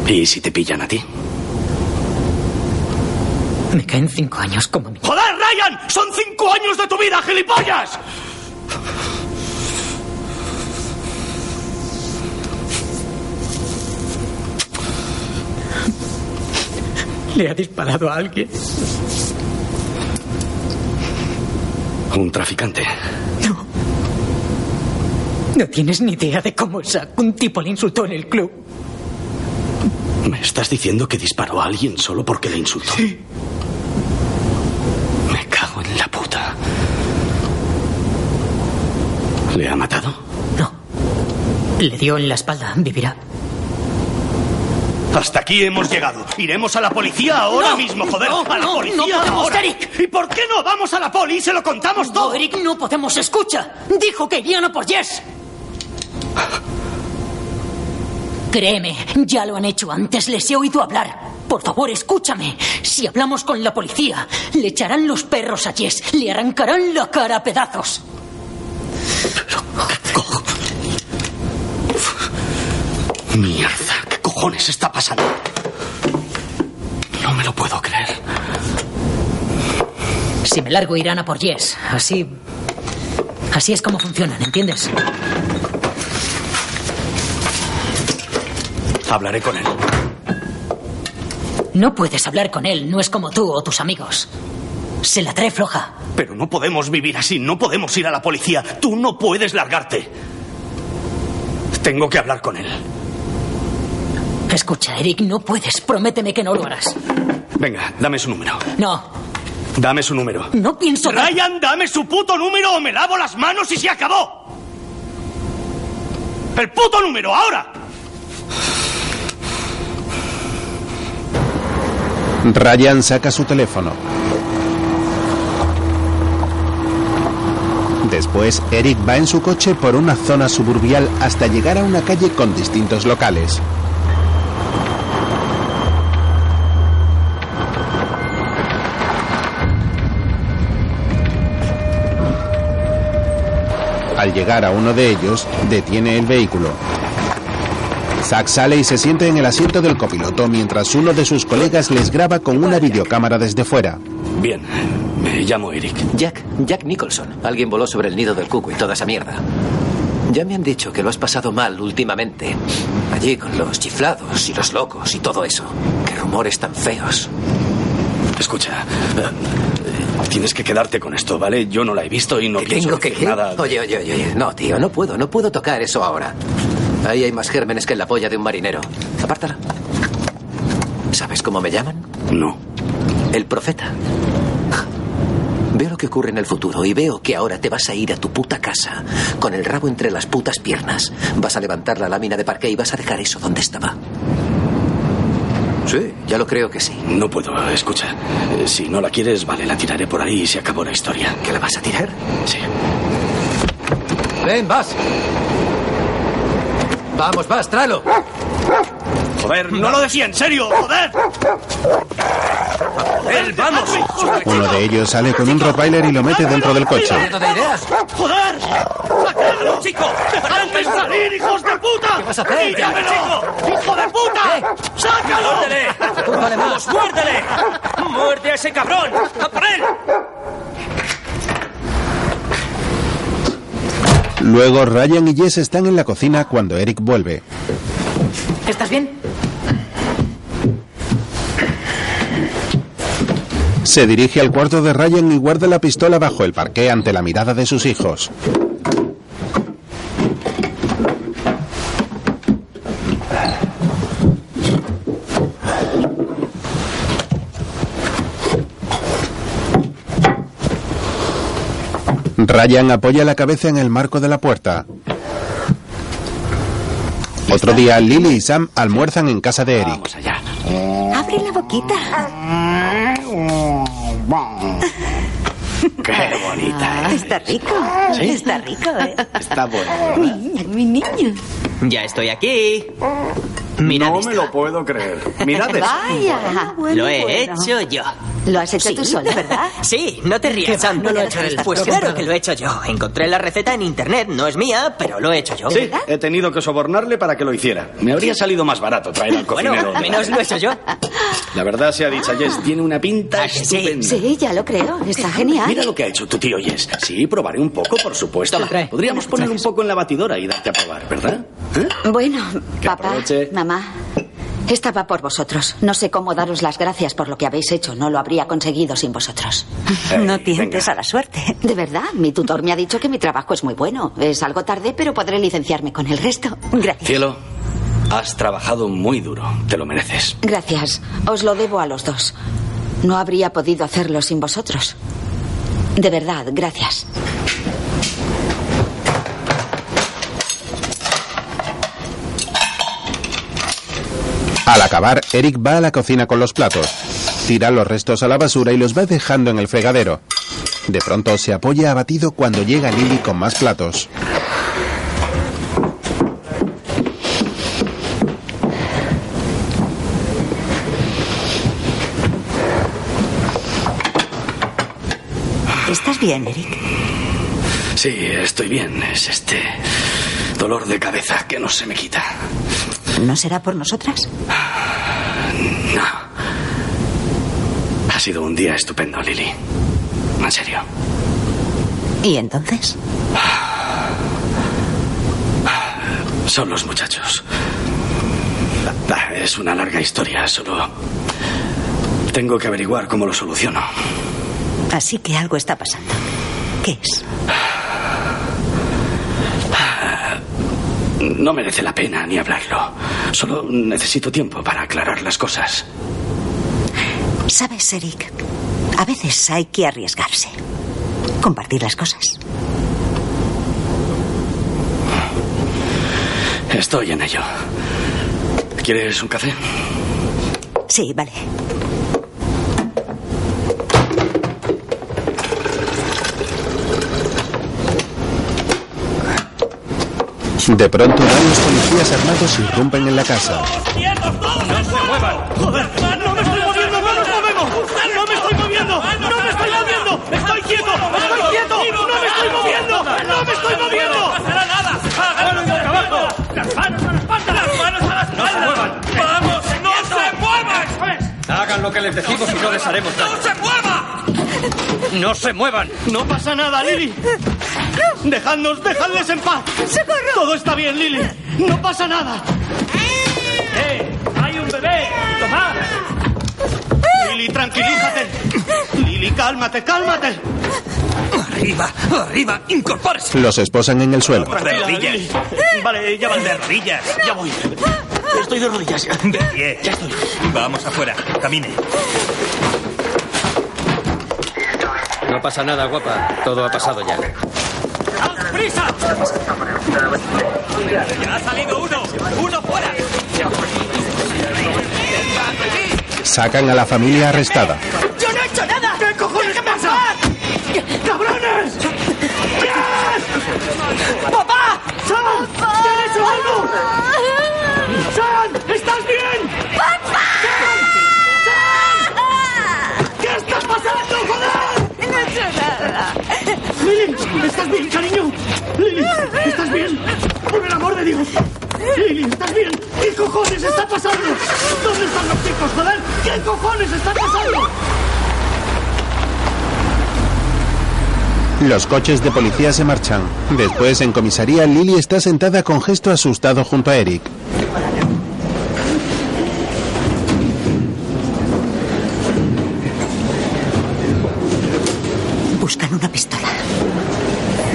¿Y si te pillan a ti?
Me caen cinco años como mi...
¡Joder, Ryan! ¡Son cinco años de tu vida, gilipollas!
¿Le ha disparado a alguien?
¿Un traficante?
No tienes ni idea de cómo Zack, un tipo le insultó en el club.
¿Me estás diciendo que disparó a alguien solo porque le insultó? Me cago en la puta. ¿Le ha matado?
Le dio en la espalda, vivirá.
Hasta aquí hemos llegado. Iremos a la policía ahora
No,
mismo, joder.
no,
a la
no,
policía
no podemos,
ahora.
Eric.
¿Y por qué no vamos a la poli y se lo contamos todo?
Eric, no podemos, escucha. Dijo que irían a por Jess. Créeme, ya lo han hecho antes, les he oído hablar. Por favor, escúchame. Si hablamos con la policía, le echarán los perros a Jess, le arrancarán la cara a pedazos.
Mierda, ¿qué cojones está pasando? No me lo
Si me largo, irán a por Jess. Así. Así es como funcionan, ¿entiendes?
Hablaré con él.
No puedes hablar con él, no es como tú o tus amigos. Se la trae floja.
Pero no podemos vivir así, no podemos ir a la policía. Tú no puedes largarte. Tengo que hablar con él.
Escucha, Eric, no puedes. Prométeme que no lo harás.
Venga, dame su número.
No,
Dame su número.
no pienso.
Ryan, dame su puto número o me lavo las manos y se acabó. El puto número, ahora.
Ryan saca su teléfono. Después, Eric va en su coche por una zona suburbial hasta llegar a una calle con distintos locales. Al llegar a uno de ellos, detiene el vehículo. Zack sale y se siente en el asiento del copiloto mientras uno de sus colegas les graba con una videocámara desde fuera.
Bien, me llamo Eric.
Jack, Jack Nicholson. Alguien voló sobre el nido del cuco y toda esa mierda. Ya me han dicho que lo has pasado mal últimamente. Allí con los chiflados y los
Pues
locos y todo eso. Qué rumores tan feos.
Escucha, eh, tienes que quedarte con esto, ¿vale? Yo no la he visto y no pienso
Tengo que...
decir nada.
Oye, oye, oye, oye. Eh, No, tío, no puedo, no puedo tocar eso ahora. Ahí hay más gérmenes que en la polla de un marinero. Apártala. ¿Sabes cómo me llaman?
No.
El profeta. Veo lo que ocurre en el futuro y veo que ahora te vas a ir a tu puta casa con el rabo entre las putas piernas. Vas a levantar la lámina de parque y vas a dejar eso donde estaba. Sí, ya lo creo que sí.
No puedo, escucha. eh, Si no la quieres, vale, la tiraré por ahí y se acabó la historia.
¿Que la vas a tirar?
Sí.
Ven, vas. Vamos, vas, tráelo.
Joder, no lo decía en serio, joder. Joder, vamos.
Uno de ellos sale con un Rottweiler y lo mete dentro del coche.
¡Joder! ¡Sacadlo, chico! ¡Dejadme salir, hijos de puta! ¿Qué vas a
hacer,
¡Hijo de puta! ¡Sácalo! ¡Muérdele! ¡Vamos, muérdele! ¡Muerde a ese cabrón! ¡A por él!
Luego Ryan y Jess están en la cocina cuando Eric vuelve.
¿Estás bien?
Se dirige al cuarto de Ryan y guarda la pistola bajo el parque ante la mirada de sus hijos. Ryan apoya la cabeza en el marco de la puerta. Otro día, Lily y Sam almuerzan en casa de Eric.
Abre la boquita.
Qué bonita. ¿eh?
Está rico.
¿Sí?
Está rico, ¿eh?
Está bueno.
Mi niño, mi niño.
Ya estoy aquí. Mirad
no
esto.
me lo puedo creer. [LAUGHS]
Mirad esto.
Ah,
Vaya.
Lo he hecho yo.
Lo has hecho tú sola, ¿verdad?
Sí, no te
Qué
rías, Sam.
va, no lo he hecho él.
Pues
Lo he
claro
comprado.
que lo he hecho yo. Encontré la receta en internet. No es mía, pero lo he hecho yo.
Sí, he tenido que sobornarle para que lo hiciera. Me habría salido más barato traer al cocinero.
[LAUGHS] Bueno, al menos lo he hecho yo. Ah,
La verdad sea dicha, Jess, tiene una pinta estupenda.
Sí, ya lo creo. Está genial.
Mira lo que ha hecho tu tío Jess. Sí, probaré un poco, por supuesto. Podríamos poner un poco en la batidora y darte a probar, ¿verdad? ¿Eh?
Bueno, papá,
aproveche.
mamá, esta va por vosotros. No sé cómo daros las gracias por lo que habéis hecho. No lo habría conseguido sin vosotros.
[LAUGHS] No tientes a la suerte.
De verdad, mi tutor me ha dicho que mi trabajo es muy bueno. Es algo tarde, pero podré licenciarme con el resto. Gracias.
Cielo, has trabajado muy duro. Te lo mereces.
Gracias. Os lo debo a los dos. No habría podido hacerlo sin vosotros. De verdad, gracias.
Al acabar, Eric va a la cocina con los platos. Tira los restos a la basura y los va dejando en el fregadero. De pronto se apoya abatido cuando llega Lily con más platos.
¿Estás bien, Eric?
Sí, estoy bien. Es este dolor de cabeza que no se me quita.
¿No será por nosotras?
No. Ha sido un día estupendo, Lily. tema serio.
¿Y entonces?
Son los muchachos. Ah, Es una larga historia, solo tengo que averiguar cómo lo soluciono.
Así que algo está pasando. ¿Qué es?
No merece la pena ni hablarlo. Solo necesito tiempo para aclarar las cosas.
Sabes, Eric, a veces hay que arriesgarse. Compartir las cosas.
Estoy en ello. ¿Quieres un café?
Sí, vale.
De pronto, varios policías armados irrumpen en la casa.
¡No se muevan! ¡Joder! ¡No me estoy moviendo! ¡No nos movemos! ¡No me estoy moviendo! ¡No me estoy moviendo! ¡Estoy quieto! ¡Estoy quieto! ¡No me estoy moviendo! ¡No me estoy moviendo! ¡No pasará nada! ¡Agárrense abajo! ¡Las manos a la espalda! ¡Las manos a la espalda! ¡Vamos! ¡No se muevan!
Hagan lo que les decimos y no les haremos daño.
¡No se mueva!
¡No se muevan!
No pasa nada, Lily. Dejadnos, dejadles en paz. ¡Socorro! Todo está bien, Lily. No pasa nada. ¡Eh! ¡Hay un bebé! ¡Tomad! Lily, tranquilízate. Lily, cálmate, cálmate.
Arriba, arriba, incorpórese. Los esposan en el suelo.
De rodillas. Vale, ya van de rodillas. Ya voy. Estoy de rodillas.
De pie. Ya estoy. Vamos afuera. Camine.
No pasa nada, guapa. Todo ha pasado ya.
¡Prisa!
¡Ya ha salido uno! ¡Uno fuera!
Sacan a la familia arrestada.
¡Yo no he hecho nada! ¿Qué cojones pasa? ¡Cabrones! ¡Papá! ¡Sam! ¿Te han hecho algo? ¡Sam! ¿Estás bien? ¡Papá! ¡Sam! ¡Sam! ¿Qué está pasando, joder? No he hecho nada. Lily, ¿estás bien, cariño? Lily, ¿estás bien? Por el amor de Dios. Lily, ¿estás bien? ¿Qué cojones está pasando? ¿Dónde están los chicos, joder? ¿Qué cojones está pasando?
Los coches de policía se marchan. Después, en comisaría, Lily está sentada con gesto asustado junto a Eric.
Buscan una pistola.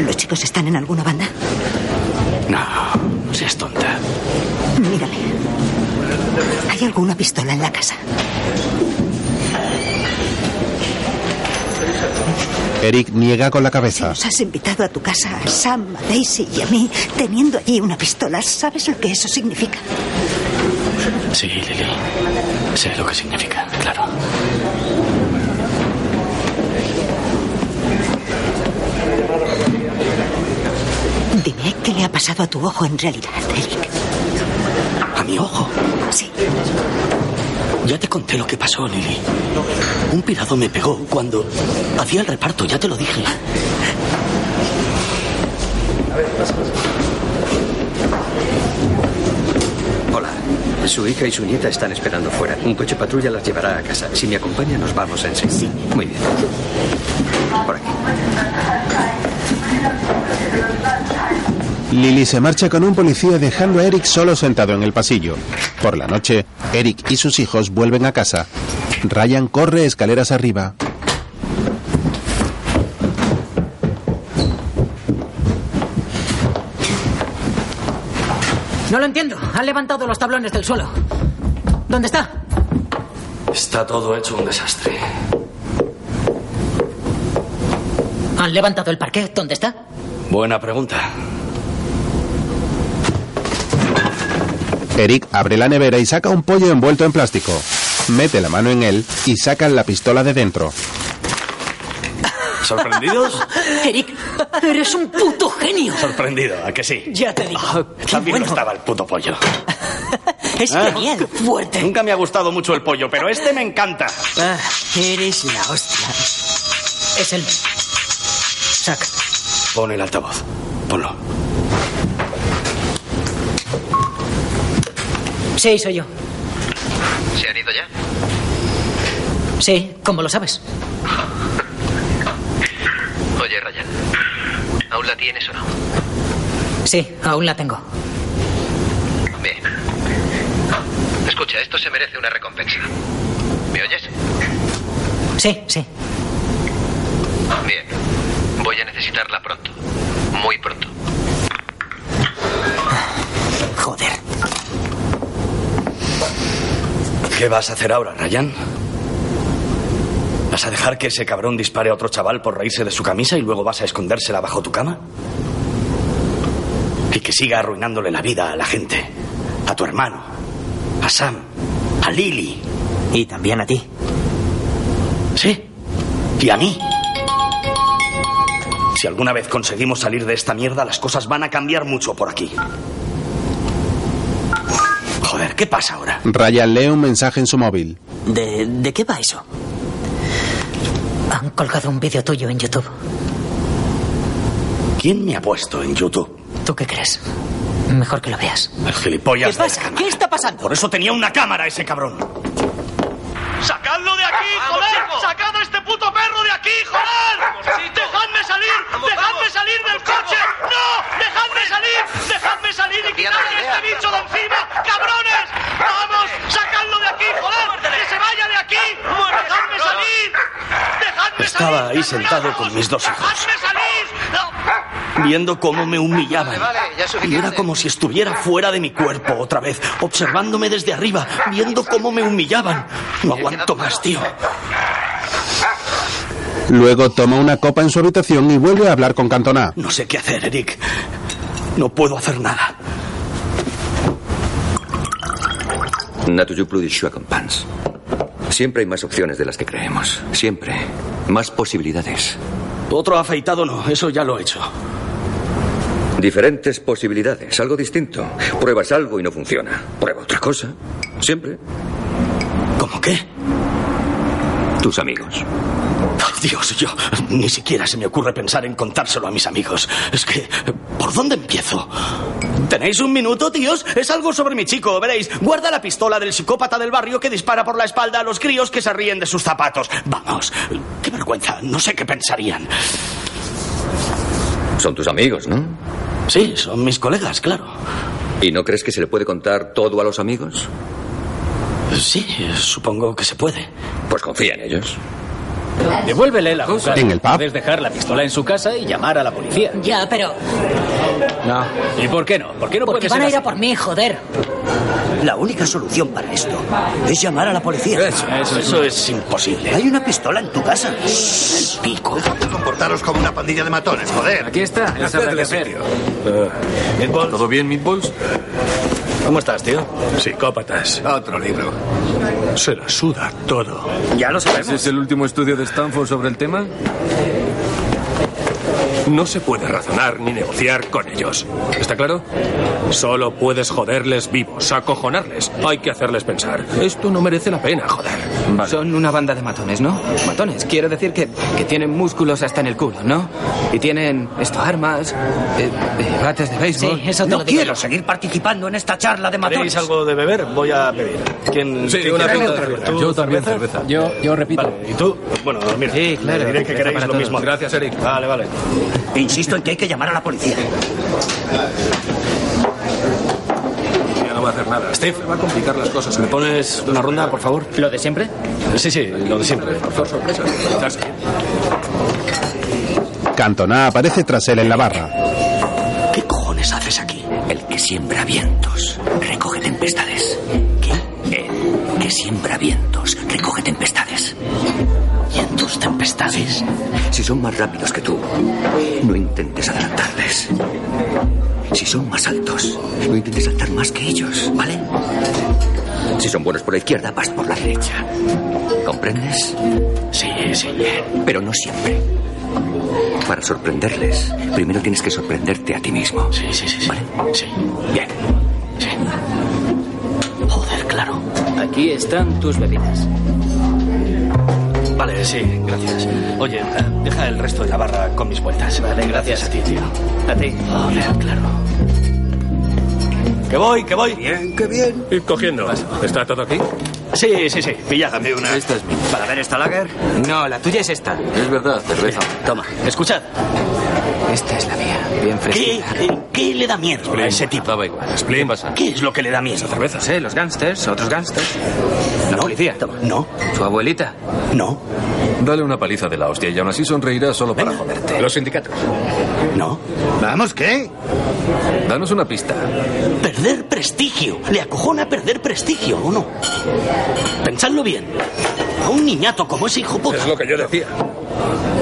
¿Los chicos están en alguna banda?
No, seas tonta.
Mírame. ¿Hay alguna pistola en la casa?
Eric niega con la cabeza.
Nos has invitado a tu casa a Sam, a Daisy y a mí, teniendo allí una pistola. ¿Sabes lo que eso significa?
Sí, Lily. Sé lo que significa, claro.
Dime, ¿qué le ha pasado a tu ojo en realidad, Eric?
¿A mi ojo?
Sí.
Ya te conté lo que pasó, Lily. Un pirado me pegó cuando hacía el reparto, ya te lo dije.
Hola. Su hija y su nieta están esperando fuera. Un coche patrulla las llevará a casa. Si me acompaña, nos vamos enseguida. Sí. Muy bien. Por aquí.
Lily se marcha con un policía dejando a Eric solo sentado en el pasillo. Por la noche, Eric y sus hijos vuelven a casa. Ryan corre escaleras arriba.
No lo entiendo. Han levantado los tablones del suelo. ¿Dónde está?
Está todo hecho un desastre.
Han levantado el parquet. ¿Dónde está?
Buena pregunta.
Eric abre la nevera y saca un pollo envuelto en plástico. Mete la mano en él y sacan la pistola de dentro.
¿Sorprendidos?
[LAUGHS] Eric, eres un puto genio.
Sorprendido, ¿a que sí? Ah,
Ya te digo.
También lo estaba el
[LAUGHS]
puto pollo.
Es
¿Ah?
genial. Este Fuerte.
Nunca me ha gustado mucho el pollo, pero este me encanta.
Ah, eres la hostia. Es el... Sac.
Pon el altavoz. Ponlo.
Sí, soy yo.
¿Se han ido ya?
Sí, ¿cómo lo sabes?
¿Aún la tienes o no?
Sí, aún la tengo.
Bien. Escucha, esto se merece una recompensa. ¿Me oyes?
Sí, sí.
Bien. Voy a necesitarla pronto. Muy pronto.
Joder. ¿Qué vas a hacer ahora, Ryan? ¿Vas a dejar que ese cabrón dispare a otro chaval por reírse de su camisa y luego vas a escondérsela bajo tu cama? Y que siga arruinándole la vida a la gente. A tu hermano. A Sam. A Lily. Y también a ti. Sí. Y a mí. Si alguna vez conseguimos salir de esta mierda, las cosas van a cambiar mucho por aquí. Joder, ¿qué pasa ahora?
Ryan lee un mensaje en su móvil.
¿De, de qué va eso? Han colgado un vídeo tuyo en YouTube.
¿Quién me ha puesto en YouTube?
¿Tú qué crees? Mejor que lo veas.
El gilipollas. de la
pasa?
cama.
¿Qué está pasando?
Por eso tenía una cámara ese cabrón.
¡Sacadlo de aquí, joder! ¡Sacad a este puto perro de aquí, joder! ¡Dejadme salir! ¡Dejadme salir del coche! ¡No! ¡Dejadme salir! ¡Dejadme salir y quitadme este bicho de encima! ¡Cabrones! ¡Vamos! ¡Sacadlo de aquí, joder! ¡Que se vaya de aquí! ¡Dejadme salir! ¡Dejadme salir!
Estaba ahí sentado con mis dos hijos,
¡Dejadme salir!
viendo cómo me humillaban.
Vale, vale, ya es
Y
suficiente.
era como si estuviera fuera de mi cuerpo otra vez, observándome desde arriba, viendo cómo me humillaban. No aguanto más, tío.
Luego toma una copa en su habitación y vuelve a hablar con Cantona.
No sé qué hacer, Eric. No puedo hacer nada.
Natuyuplu di Pants. Siempre hay más opciones de las que creemos. Siempre. Más posibilidades.
Otro afeitado no, eso ya lo he hecho.
Diferentes posibilidades, algo distinto. Pruebas algo y no funciona. Prueba otra cosa. Siempre.
¿Cómo qué?
Tus amigos.
Ay, Dios, yo ni siquiera se me ocurre pensar en contárselo a mis amigos. Es que, ¿por dónde empiezo? ¿Tenéis un minuto, tíos? Es algo sobre mi chico, veréis. Guarda la pistola del psicópata del barrio que dispara por la espalda a los críos que se ríen de sus zapatos. Vamos, qué vergüenza, no sé qué pensarían.
Son tus amigos, ¿no?
Sí, son mis colegas, claro.
¿Y no crees que se le puede contar todo a los amigos?
Sí, supongo que se puede.
Pues confía en ellos.
Devuélvele la cosa.
En el pub.
Puedes dejar la pistola en su casa y llamar a la policía.
Ya, pero.
No. ¿Y por qué no? ¿Por qué no
Porque
puede ser
van a ir
así?
a por mí, joder.
La única solución para esto es llamar a la policía.
Eso, eso, es imposible.
Hay una pistola en tu casa. El pico.
Comportaros como una pandilla de matones, joder. Aquí está,
ya sabrá qué hacer.
Eh, ¿Todo bien, Meatballs? ¿Cómo estás, tío? Psicópatas. Otro libro. Se la suda todo. Ya lo sabemos. ¿Es el último estudio de Stanford sobre el tema?
No se puede razonar ni negociar con ellos. ¿Está claro? Solo puedes joderles vivos, acojonarles. Hay que hacerles pensar. Esto no merece la pena, joder.
Son una banda de matones, ¿no? Matones. Quiero decir que, que tienen músculos hasta en el culo, ¿no? Y tienen esto, armas, eh, eh, bates de béisbol.
no quiero seguir participando en esta charla de matones.
¿Queréis
algo de beber? Voy a pedir.
¿Quién-
Sí,
quién
una
quiere?
pinta de
¿Tú,
cerveza. Yo también, cerveza.
Yo, yo repito.
¿Y tú? Bueno, mira. Sí,
claro, diré que cerveza queréis para lo todos. mismo.
Gracias, Eric. Vale, vale. Insisto en que hay que llamar a la policía.
Ya no va a hacer nada. Steve va a complicar las cosas. ¿Me pones una ronda, por favor? ¿Lo de siempre? Sí, sí, lo de siempre. Por favor, sorpresa.
Cantona aparece tras él en la barra.
¿Qué cojones haces aquí? El que siembra vientos recoge tempestades. ¿Qué?
eh,
El que siembra vientos recoge tempestades.
¿Y en tus tempestades? Si son más rápidos que tú, no intentes adelantarles. Si son más altos, no intentes saltar más que ellos, ¿vale? Si son buenos por la izquierda, vas por la derecha. ¿Comprendes? Sí, sí. Pero no siempre. Para sorprenderles, primero tienes que sorprenderte a ti mismo. Sí, sí, sí. ¿Vale? Sí. Bien.
Joder, claro. Aquí están tus bebidas. Vale, sí, gracias. Oye, eh, deja el resto de la barra con mis vueltas. Vale, gracias a ti, tío. A ti. Joder, claro.
Que voy, que voy. Bien, que bien. Ir cogiendo. ¿Está todo aquí?
Sí, sí, sí. Pilládame una. Esta es mi. ¿Para ver esta lager? No, la tuya es esta. Es verdad, cerveza. Toma, escuchad. Esta es la mía, bien
¿Qué, eh, ¿Qué le da miedo a ese tipo?
Ah,
Daba igual. pasa?
¿Qué es lo que le da miedo?
cerveza.
¿eh?
Sí, los gángsters, otros gángsters. La policía. No. Su abuelita.
No. Dale una paliza de la hostia y aún así sonreirá solo para joderte. Los sindicatos. No. ¿Vamos qué? Danos una pista.
Perder prestigio. Le acojona perder prestigio, ¿o no? Pensadlo bien. A un niñato como ese hijo puta.
Es lo que yo decía.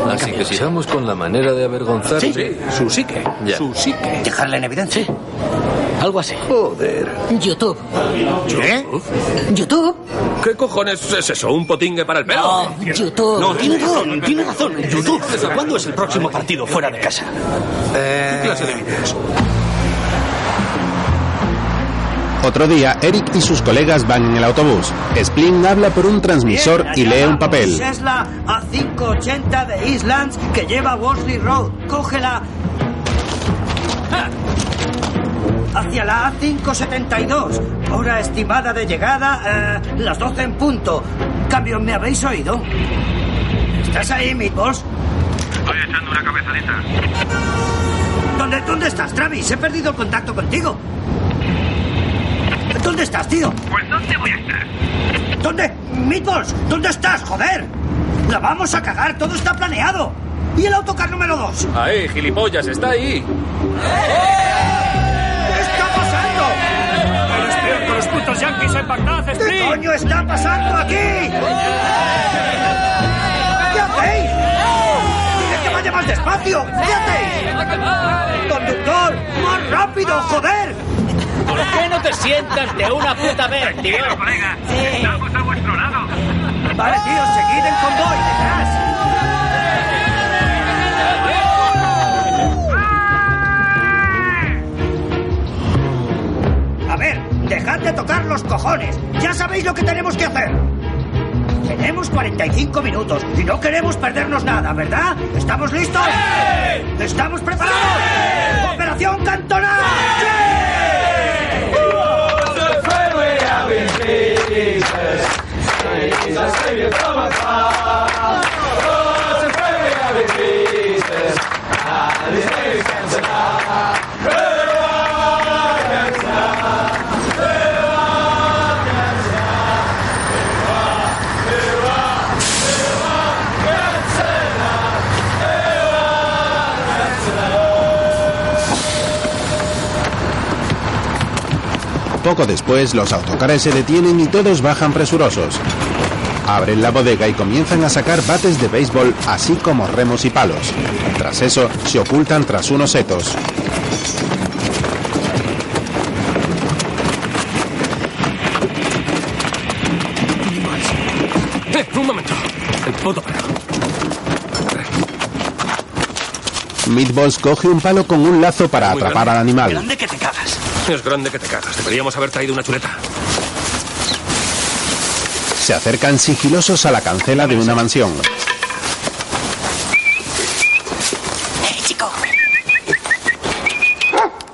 Así que sigamos con la manera de avergonzar.
Sí.
su psique. Ya.
Su psique. Dejarla en evidencia. Algo así.
Joder.
YouTube.
¿Qué?
¿Eh?
¿YouTube?
¿Qué cojones es eso? ¿Un potingue para el pelo?
YouTube.
No, tiene razón, tiene razón. YouTube. ¿Cuándo es el próximo partido fuera de casa? Eh,
¿Qué clase de vídeos?
Otro día, Eric y sus colegas van en el autobús. Splin habla por un transmisor y lee un papel.
Es la A580 de Islands que lleva Worsley Road. Cógela. ¡Ah! Hacia la A572. Hora estimada de llegada, eh, las 12 en punto. Cambio, ¿me habéis oído? ¿Estás ahí, Meatballs?
Estoy echando una cabezadita.
¿Dónde, ¿Dónde estás, Travis? He perdido el contacto contigo. ¿Dónde estás, tío? Pues ¿dónde voy a estar? ¿Dónde? Meatballs, ¿dónde estás? Joder. La vamos a cagar, todo está planeado. ¿Y el autocar número 2?
Ahí, gilipollas, está ahí.
¿Qué está pasando? Pero es peor que los putos yankees en Bagdad, ¿Qué coño está pasando aquí? ¿Qué hacéis? ¡Dile que vaya más despacio! ¿Qué hacéis? ¡Conductor! ¡Más rápido, joder!
¿Por qué no te sientas de una puta vez, tío? colega. Estamos a vuestro lado.
Vale, tío, seguid en convoy, detrás. A ver, dejad de tocar los cojones. Ya sabéis lo que tenemos que hacer. Tenemos 45 minutos y no queremos perdernos nada, ¿verdad? ¿Estamos listos? ¿Estamos preparados? ¡Operación Cantonal!
Poco después, los autocares se detienen y todos bajan presurosos. Abren la bodega y comienzan a sacar bates de béisbol, así como remos y palos. Tras eso, se ocultan tras unos setos.
Eh, un momento. El puto pelo.
Meatballs coge un palo con un lazo para
Muy
atrapar al
grande.
animal.
que te cagas. Es grande que te cagas. Deberíamos haber traído una chuleta.
Se acercan sigilosos a la cancela de una mansión.
¡Eh, chico!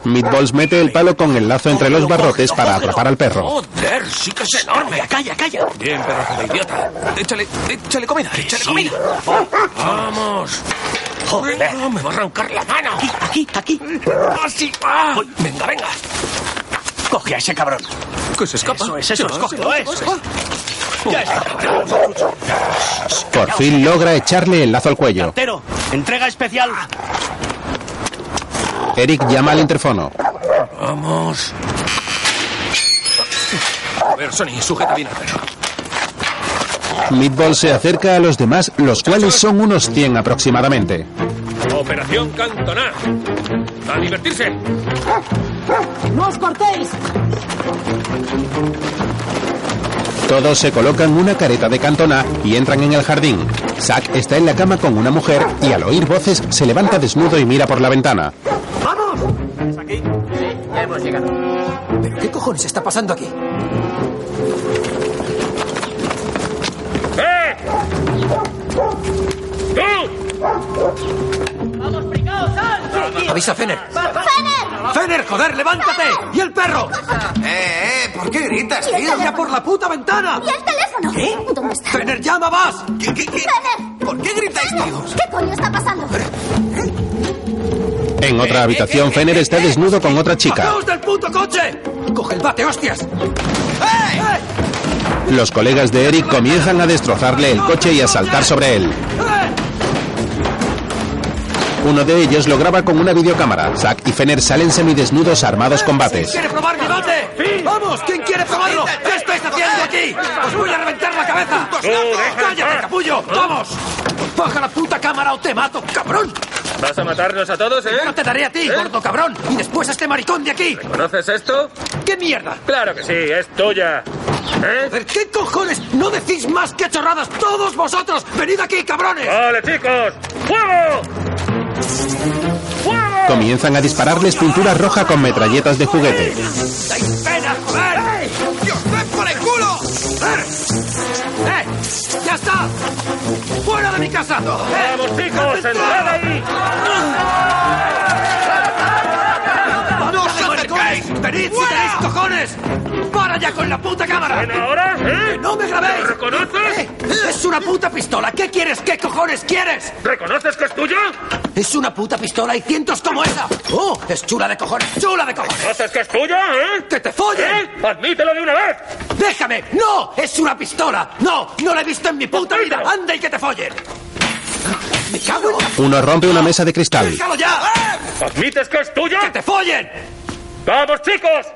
Meatballs mete el palo con el lazo entre los barrotes para atrapar al perro.
Joder, sí que es enorme. Calla, calla. Bien, perro de idiota. Échale, échale comida, échale comida. Vamos. Joder. me va a arrancar la mano.
Aquí, aquí.
Así. Ah. Venga, venga.
Coge a ese cabrón.
Que se escapa.
Eso es, eso es,
Se va,
cógelo,
se va,
eso
se va.
Ya está.
Por fin logra echarle el lazo al cuello.
Cartero, entrega especial.
Eric llama al interfono.
Vamos. A ver, Sony, sujeta bien al perro.
Meatball se acerca a los demás, los cuales son unos 100 aproximadamente.
Operación Cantoná. A divertirse.
¡No os cortéis!
Todos se colocan una careta de cantona y entran en el jardín. Zack está en la cama con una mujer y al oír voces se levanta desnudo y mira por la ventana.
¡Vamos! ¿Es aquí? Sí, ya hemos llegado. ¿Pero qué cojones está pasando aquí?
¡Eh!
¡Avisa a Fener! ¡Fener!
Jenner, joder, levántate. ¿Y el perro? Eh, eh, ¿por qué gritas,
¿Y el
tío? Mira
teléfono?
por la puta ventana.
¿Y el teléfono?
¿Qué?
¿Dónde está?
Jenner, llama más. ¿Qué, qué, qué?
¡Jenner!
por qué gritáis todos?
¿Qué coño está pasando?
En otra habitación, Fener está desnudo con otra chica.
¡Bajaos del puto coche! ¡Coge el bate, hostias!
¡Eh!
Los colegas de Eric comienzan a destrozarle el coche y a saltar sobre él. Uno de ellos lo graba con una videocámara. Zack y Fener salen semidesnudos armados con bates.
¿Quiere probar mi bate? ¡Vamos! ¿Quién quiere probarlo? ¿Qué estáis haciendo aquí? ¡Os voy a reventar la cabeza! ¡Cállate, capullo! ¡Vamos! ¡Baja la puta cámara o te mato, cabrón!
¿Vas a matarnos a todos, eh?
Primero te daré a ti,
¿Eh?
gordo cabrón. Y después a este maricón de aquí.
¿Conoces esto?
¿Qué mierda?
Claro ¿Eh? que sí, es tuya.
Joder, ¿Qué cojones? No decís más que chorradas todos vosotros. Venid aquí, cabrones.
Vale, chicos. ¡Fuego!
Comienzan a dispararles pintura roja con metralletas de juguete.
¡Dais pena, joder! ¡Dios, ven por el culo! ¡Eh! ¡Eh! ¡Ya está! ¡Fuera de mi casa! Ah. ¡Vamos, chicos! ¡Entrad ahí! ¡No os acercéis! ¡Venid si tenéis cojones! ¡Para ya con la puta cámara!
ahora? ¿Eh?
¡Que ¡No me grabéis! ¿Lo
reconoces?
¡Es una puta pistola! ¿Qué quieres? ¿Qué cojones quieres?
¿Reconoces que es tuya?
¡Es una puta pistola! ¡Hay cientos como esa! ¡Oh! ¡Es chula de cojones! ¡Chula de cojones!
¿Reconoces que es tuya, eh?
¡Que te follen!
¡Admítelo de una vez!
¡Déjame! ¡No! ¡Es una pistola! ¡No! ¡No la he visto en mi puta vida! ¡Anda y que te follen! ¡Me cago en la...
Uno rompe una mesa de cristal.
¡Déjalo ya!
¿Admites que es tuya? ¡Que
te follen!
¡Vamos, chicos!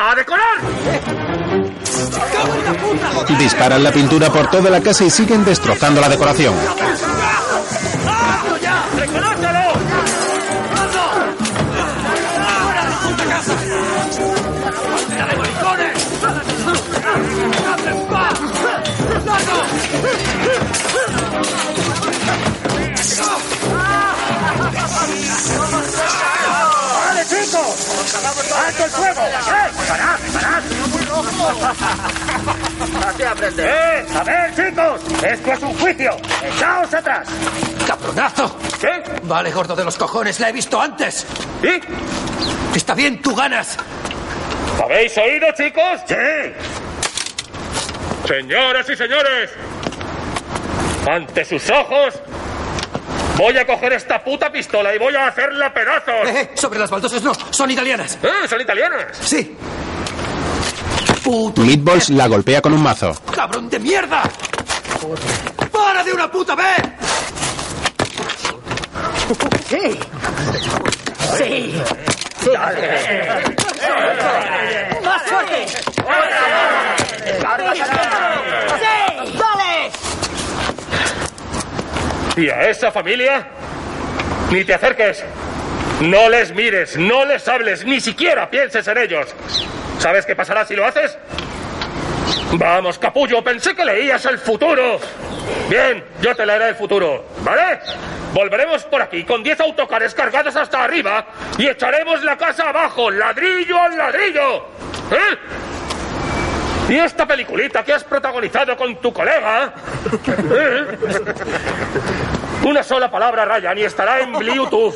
¡A decorar!
Disparan la pintura por toda la casa y siguen destrozando la decoración.
¡Hazlo ya!
¡Reconócelo!
¡Hazlo! ¡Fuera de puta casa! ¡Basta de maricones! ¡Hazlo en paz!
¡Vale, chicos! ¡Alto el fuego! ¡Eh! ¡Parad, parad! [LAUGHS] ¡Así aprende! ¡Eh! ¡A ver, chicos! ¡Esto es un juicio! ¡Echaos atrás!
¡Cabronazo!
¿Qué?
Vale, gordo de los cojones, la he visto antes.
¿Y?
Está bien, tú ganas.
¿Habéis oído, chicos? ¡Sí! Señoras y señores, ante sus ojos, voy a coger esta puta pistola y voy a hacerla a pedazos.
Eh, sobre las baldosas no, son italianas.
¡Eh! ¡Son italianas!
Sí.
Meatballs la golpea con un mazo.
¡Cabrón de mierda! ¡Para de una puta vez!
Sí. Sí. Sí. ¡Más fuerte! ¡Sí! ¡Dale!
Y a esa familia, ni te acerques. No les mires, no les hables, ni siquiera pienses en ellos. ¿Sabes qué pasará si lo haces? Vamos, capullo, pensé que leías el futuro. Bien, yo te leeré el futuro, ¿vale? Volveremos por aquí con 10 autocares cargados hasta arriba y echaremos la casa abajo, ladrillo al ladrillo. ¿Eh? Y esta peliculita que has protagonizado con tu colega. ¿eh? Una sola palabra, Ryan, y estará en Bluetooth.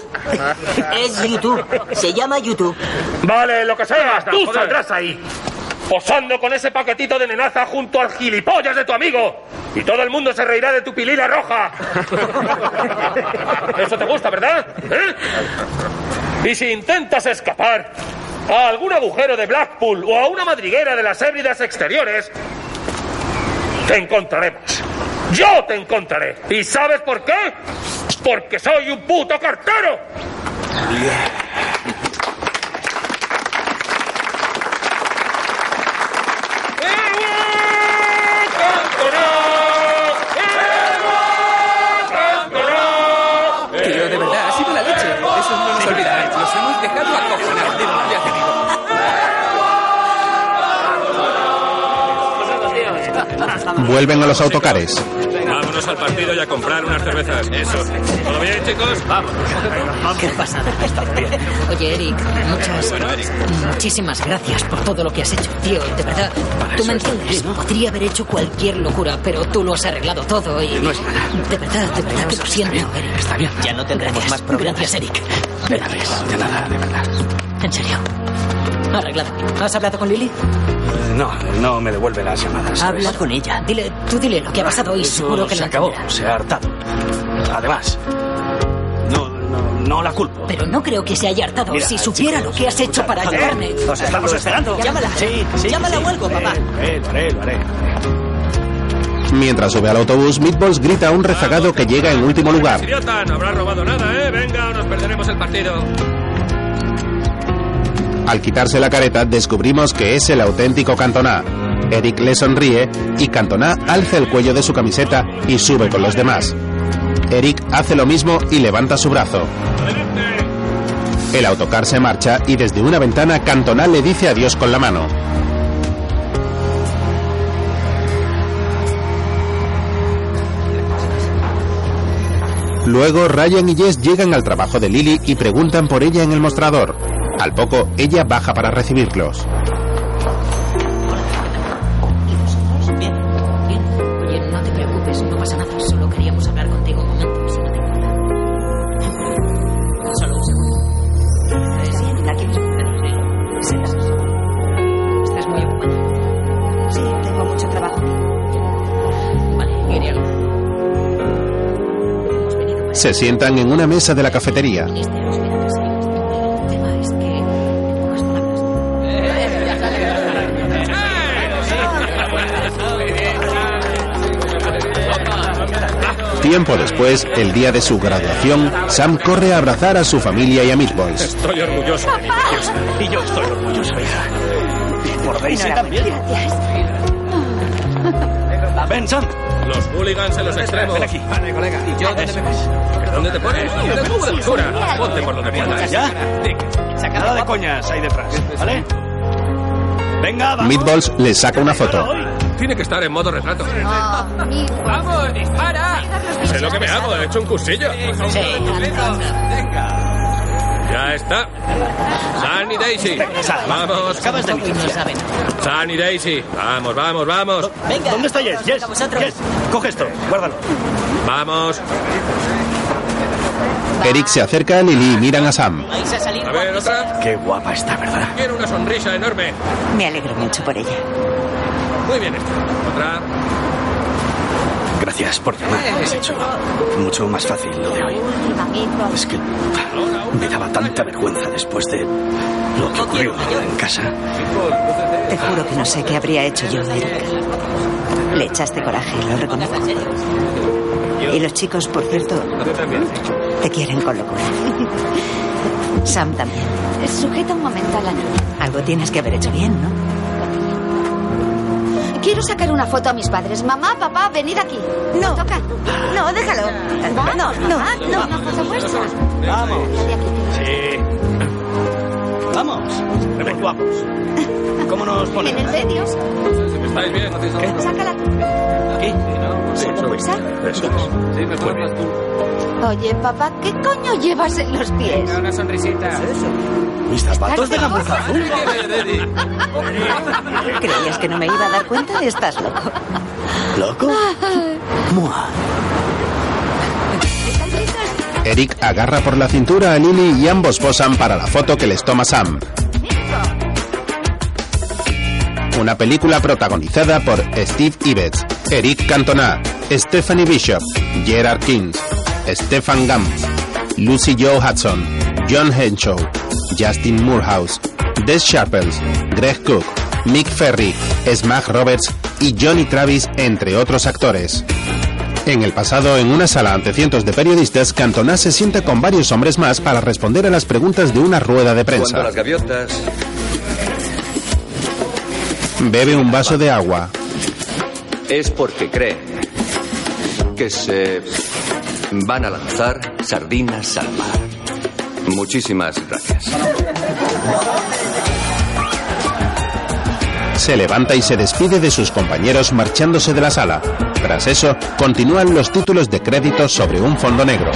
Es YouTube. Se llama YouTube.
Vale, lo que sea,
Basta,
tú
joder.
saldrás ahí. Posando con ese paquetito de nenaza junto al gilipollas de tu amigo. Y todo el mundo se reirá de tu pilila roja. Eso te gusta, ¿verdad? ¿Eh? Y si intentas escapar a algún agujero de Blackpool o a una madriguera de las hébridas exteriores, te encontraremos. Yo te encontraré. ¿Y sabes por qué? Porque soy un puto cartero.
Tío, de verdad, ha sido la leche. Eso no nos olvidaréis. Los hemos dejado acojonar.
Vuelven a los autocares.
irnos al partido y a comprar unas cervezas. Eso. ¿Todo bien, chicos? Vamos.
Qué pasada. Oye, Eric, muchas, muchísimas gracias por todo lo que has hecho, tío. De verdad, tú me entiendes. Podría haber hecho cualquier locura, pero tú lo has arreglado todo y.
No es nada.
De verdad, de verdad, que lo siento, Eric.
Está bien.
Ya no tendremos más problemas. Gracias, Eric.
De nada, de verdad.
En serio. Arreglado. ¿Has hablado con Lily?
Eh, No, no me devuelve las llamadas. ¿sabes?
Habla con ella. Dile, tú dile lo que ha pasado y
Eso
seguro que
se
la
acabó,
entenderá.
se ha hartado. Además, no, no, no la culpo.
Pero no creo que se haya hartado.
Mira,
si supiera
chicos,
lo que has hecho para
escuchad,
ayudarme.
¿eh? Os estamos esperando.
Llámala.
Sí, sí,
Llámala
sí.
o algo, papá.
Eh, lo haré, lo haré.
Mientras sube al autobús, Meatballs grita a un rezagado que llega en último lugar.
Idiota, no habrá robado nada, ¿eh? Venga, o nos perderemos el partido.
Al quitarse la careta, descubrimos que es el auténtico Cantona. Eric le sonríe y Cantona alza el cuello de su camiseta y sube con los demás. Eric hace lo mismo y levanta su brazo. El autocar se marcha y desde una ventana Cantona le dice adiós con la mano. Luego Ryan y Jess llegan al trabajo de Lily y preguntan por ella en el mostrador. Al poco, ella baja para recibirlos.
Oye, no te preocupes, no pasa nada. Solo queríamos hablar contigo un momento, si no te importa. Solo un segundo. Eh, sí, aquí mismo. Sentada. ¿Estás muy ocupada? Sí, tengo mucho trabajo. Vale, genial.
Se sientan en una mesa de la cafetería.
El tema es que...
Tiempo después, el día de su graduación, Sam corre a abrazar a su familia y a Meatballs.
Estoy orgulloso de mi preciosa. Y yo estoy orgulloso, hija.
Por Daisy también.
Ven, Sam. Los hooligans en los extremos.
Ven aquí.
Vale, colega. ¿Y yo dónde me ves? ¿Dónde te pones? En el cubo de basura. Ponte por donde puedas.
¿Ya?
Sacada de coñas ahí detrás, ¿vale? Venga,
Meatballs le saca una foto.
Tiene que estar en modo retrato.
¡Vamos, dispara!
Sé lo que me hago, he hecho un cursillo. Ya está. San y Daisy. Vamos. Acabas de San y Daisy. Vamos, vamos, vamos.
Venga. ¿Dónde está Jess? Jess. Jess.
Coge esto, guárdalo. Vamos.
Eric se acerca a Lily y miran a Sam.
Vais a salir.
A ver, otra.
Qué guapa está, ¿verdad?
Quiero una sonrisa enorme.
Me alegro mucho por ella.
Muy bien, esta. Otra.
Gracias por llamar. Es hecho mucho más fácil lo de hoy. Es que me daba tanta vergüenza después de lo que ocurrió en casa.
Te juro que no sé qué habría hecho yo, Eric. Le echaste coraje, lo reconozco. Y los chicos, por cierto, te quieren con locura. [LAUGHS] Sam también.
Sujeta un momento a la niña.
Algo tienes que haber hecho bien, ¿no?
Quiero sacar una foto a mis padres. Mamá, papá, venid aquí. No. Toca. No, déjalo. No, no, no. Una foto vuestra.
Vamos.
Sí.
Vamos.
Vamos, guapos.
¿Cómo nos
En el medio.
¿Estáis bien?
Sácala.
¿Aquí?
¿Puedo pulsar?
Eso es. Sí, me pones tú.
Oye, papá, ¿qué coño llevas en los pies?
Una sonrisita.
Mis zapatos de
Claro.
gambuza azul.
¿Creías que no me iba a dar cuenta? Estás loco.
¿Loco? Mua.
Eric agarra por la cintura a Lily y ambos posan para la foto que les toma Sam. Una película protagonizada por Steve Ives, Eric Cantona, Stephanie Bishop, Gerard Kings, Stefan Gump, Lucy Joe Hudson, John Henshaw, Justin Moorhouse, Des Sharples, Greg Cook, Nick Ferry, Smack Roberts y Johnny Travis, entre otros actores. En el pasado, en una sala ante cientos de periodistas, Cantona se sienta con varios hombres más para responder a las preguntas de una rueda de
Cuando
prensa.
las gaviotas
Bebe un vaso de agua.
es porque creen que se van a lanzar sardinas al mar. Muchísimas gracias.
Se levanta y se despide de sus compañeros marchándose de la sala. Tras eso, continúan los títulos de crédito sobre un fondo negro.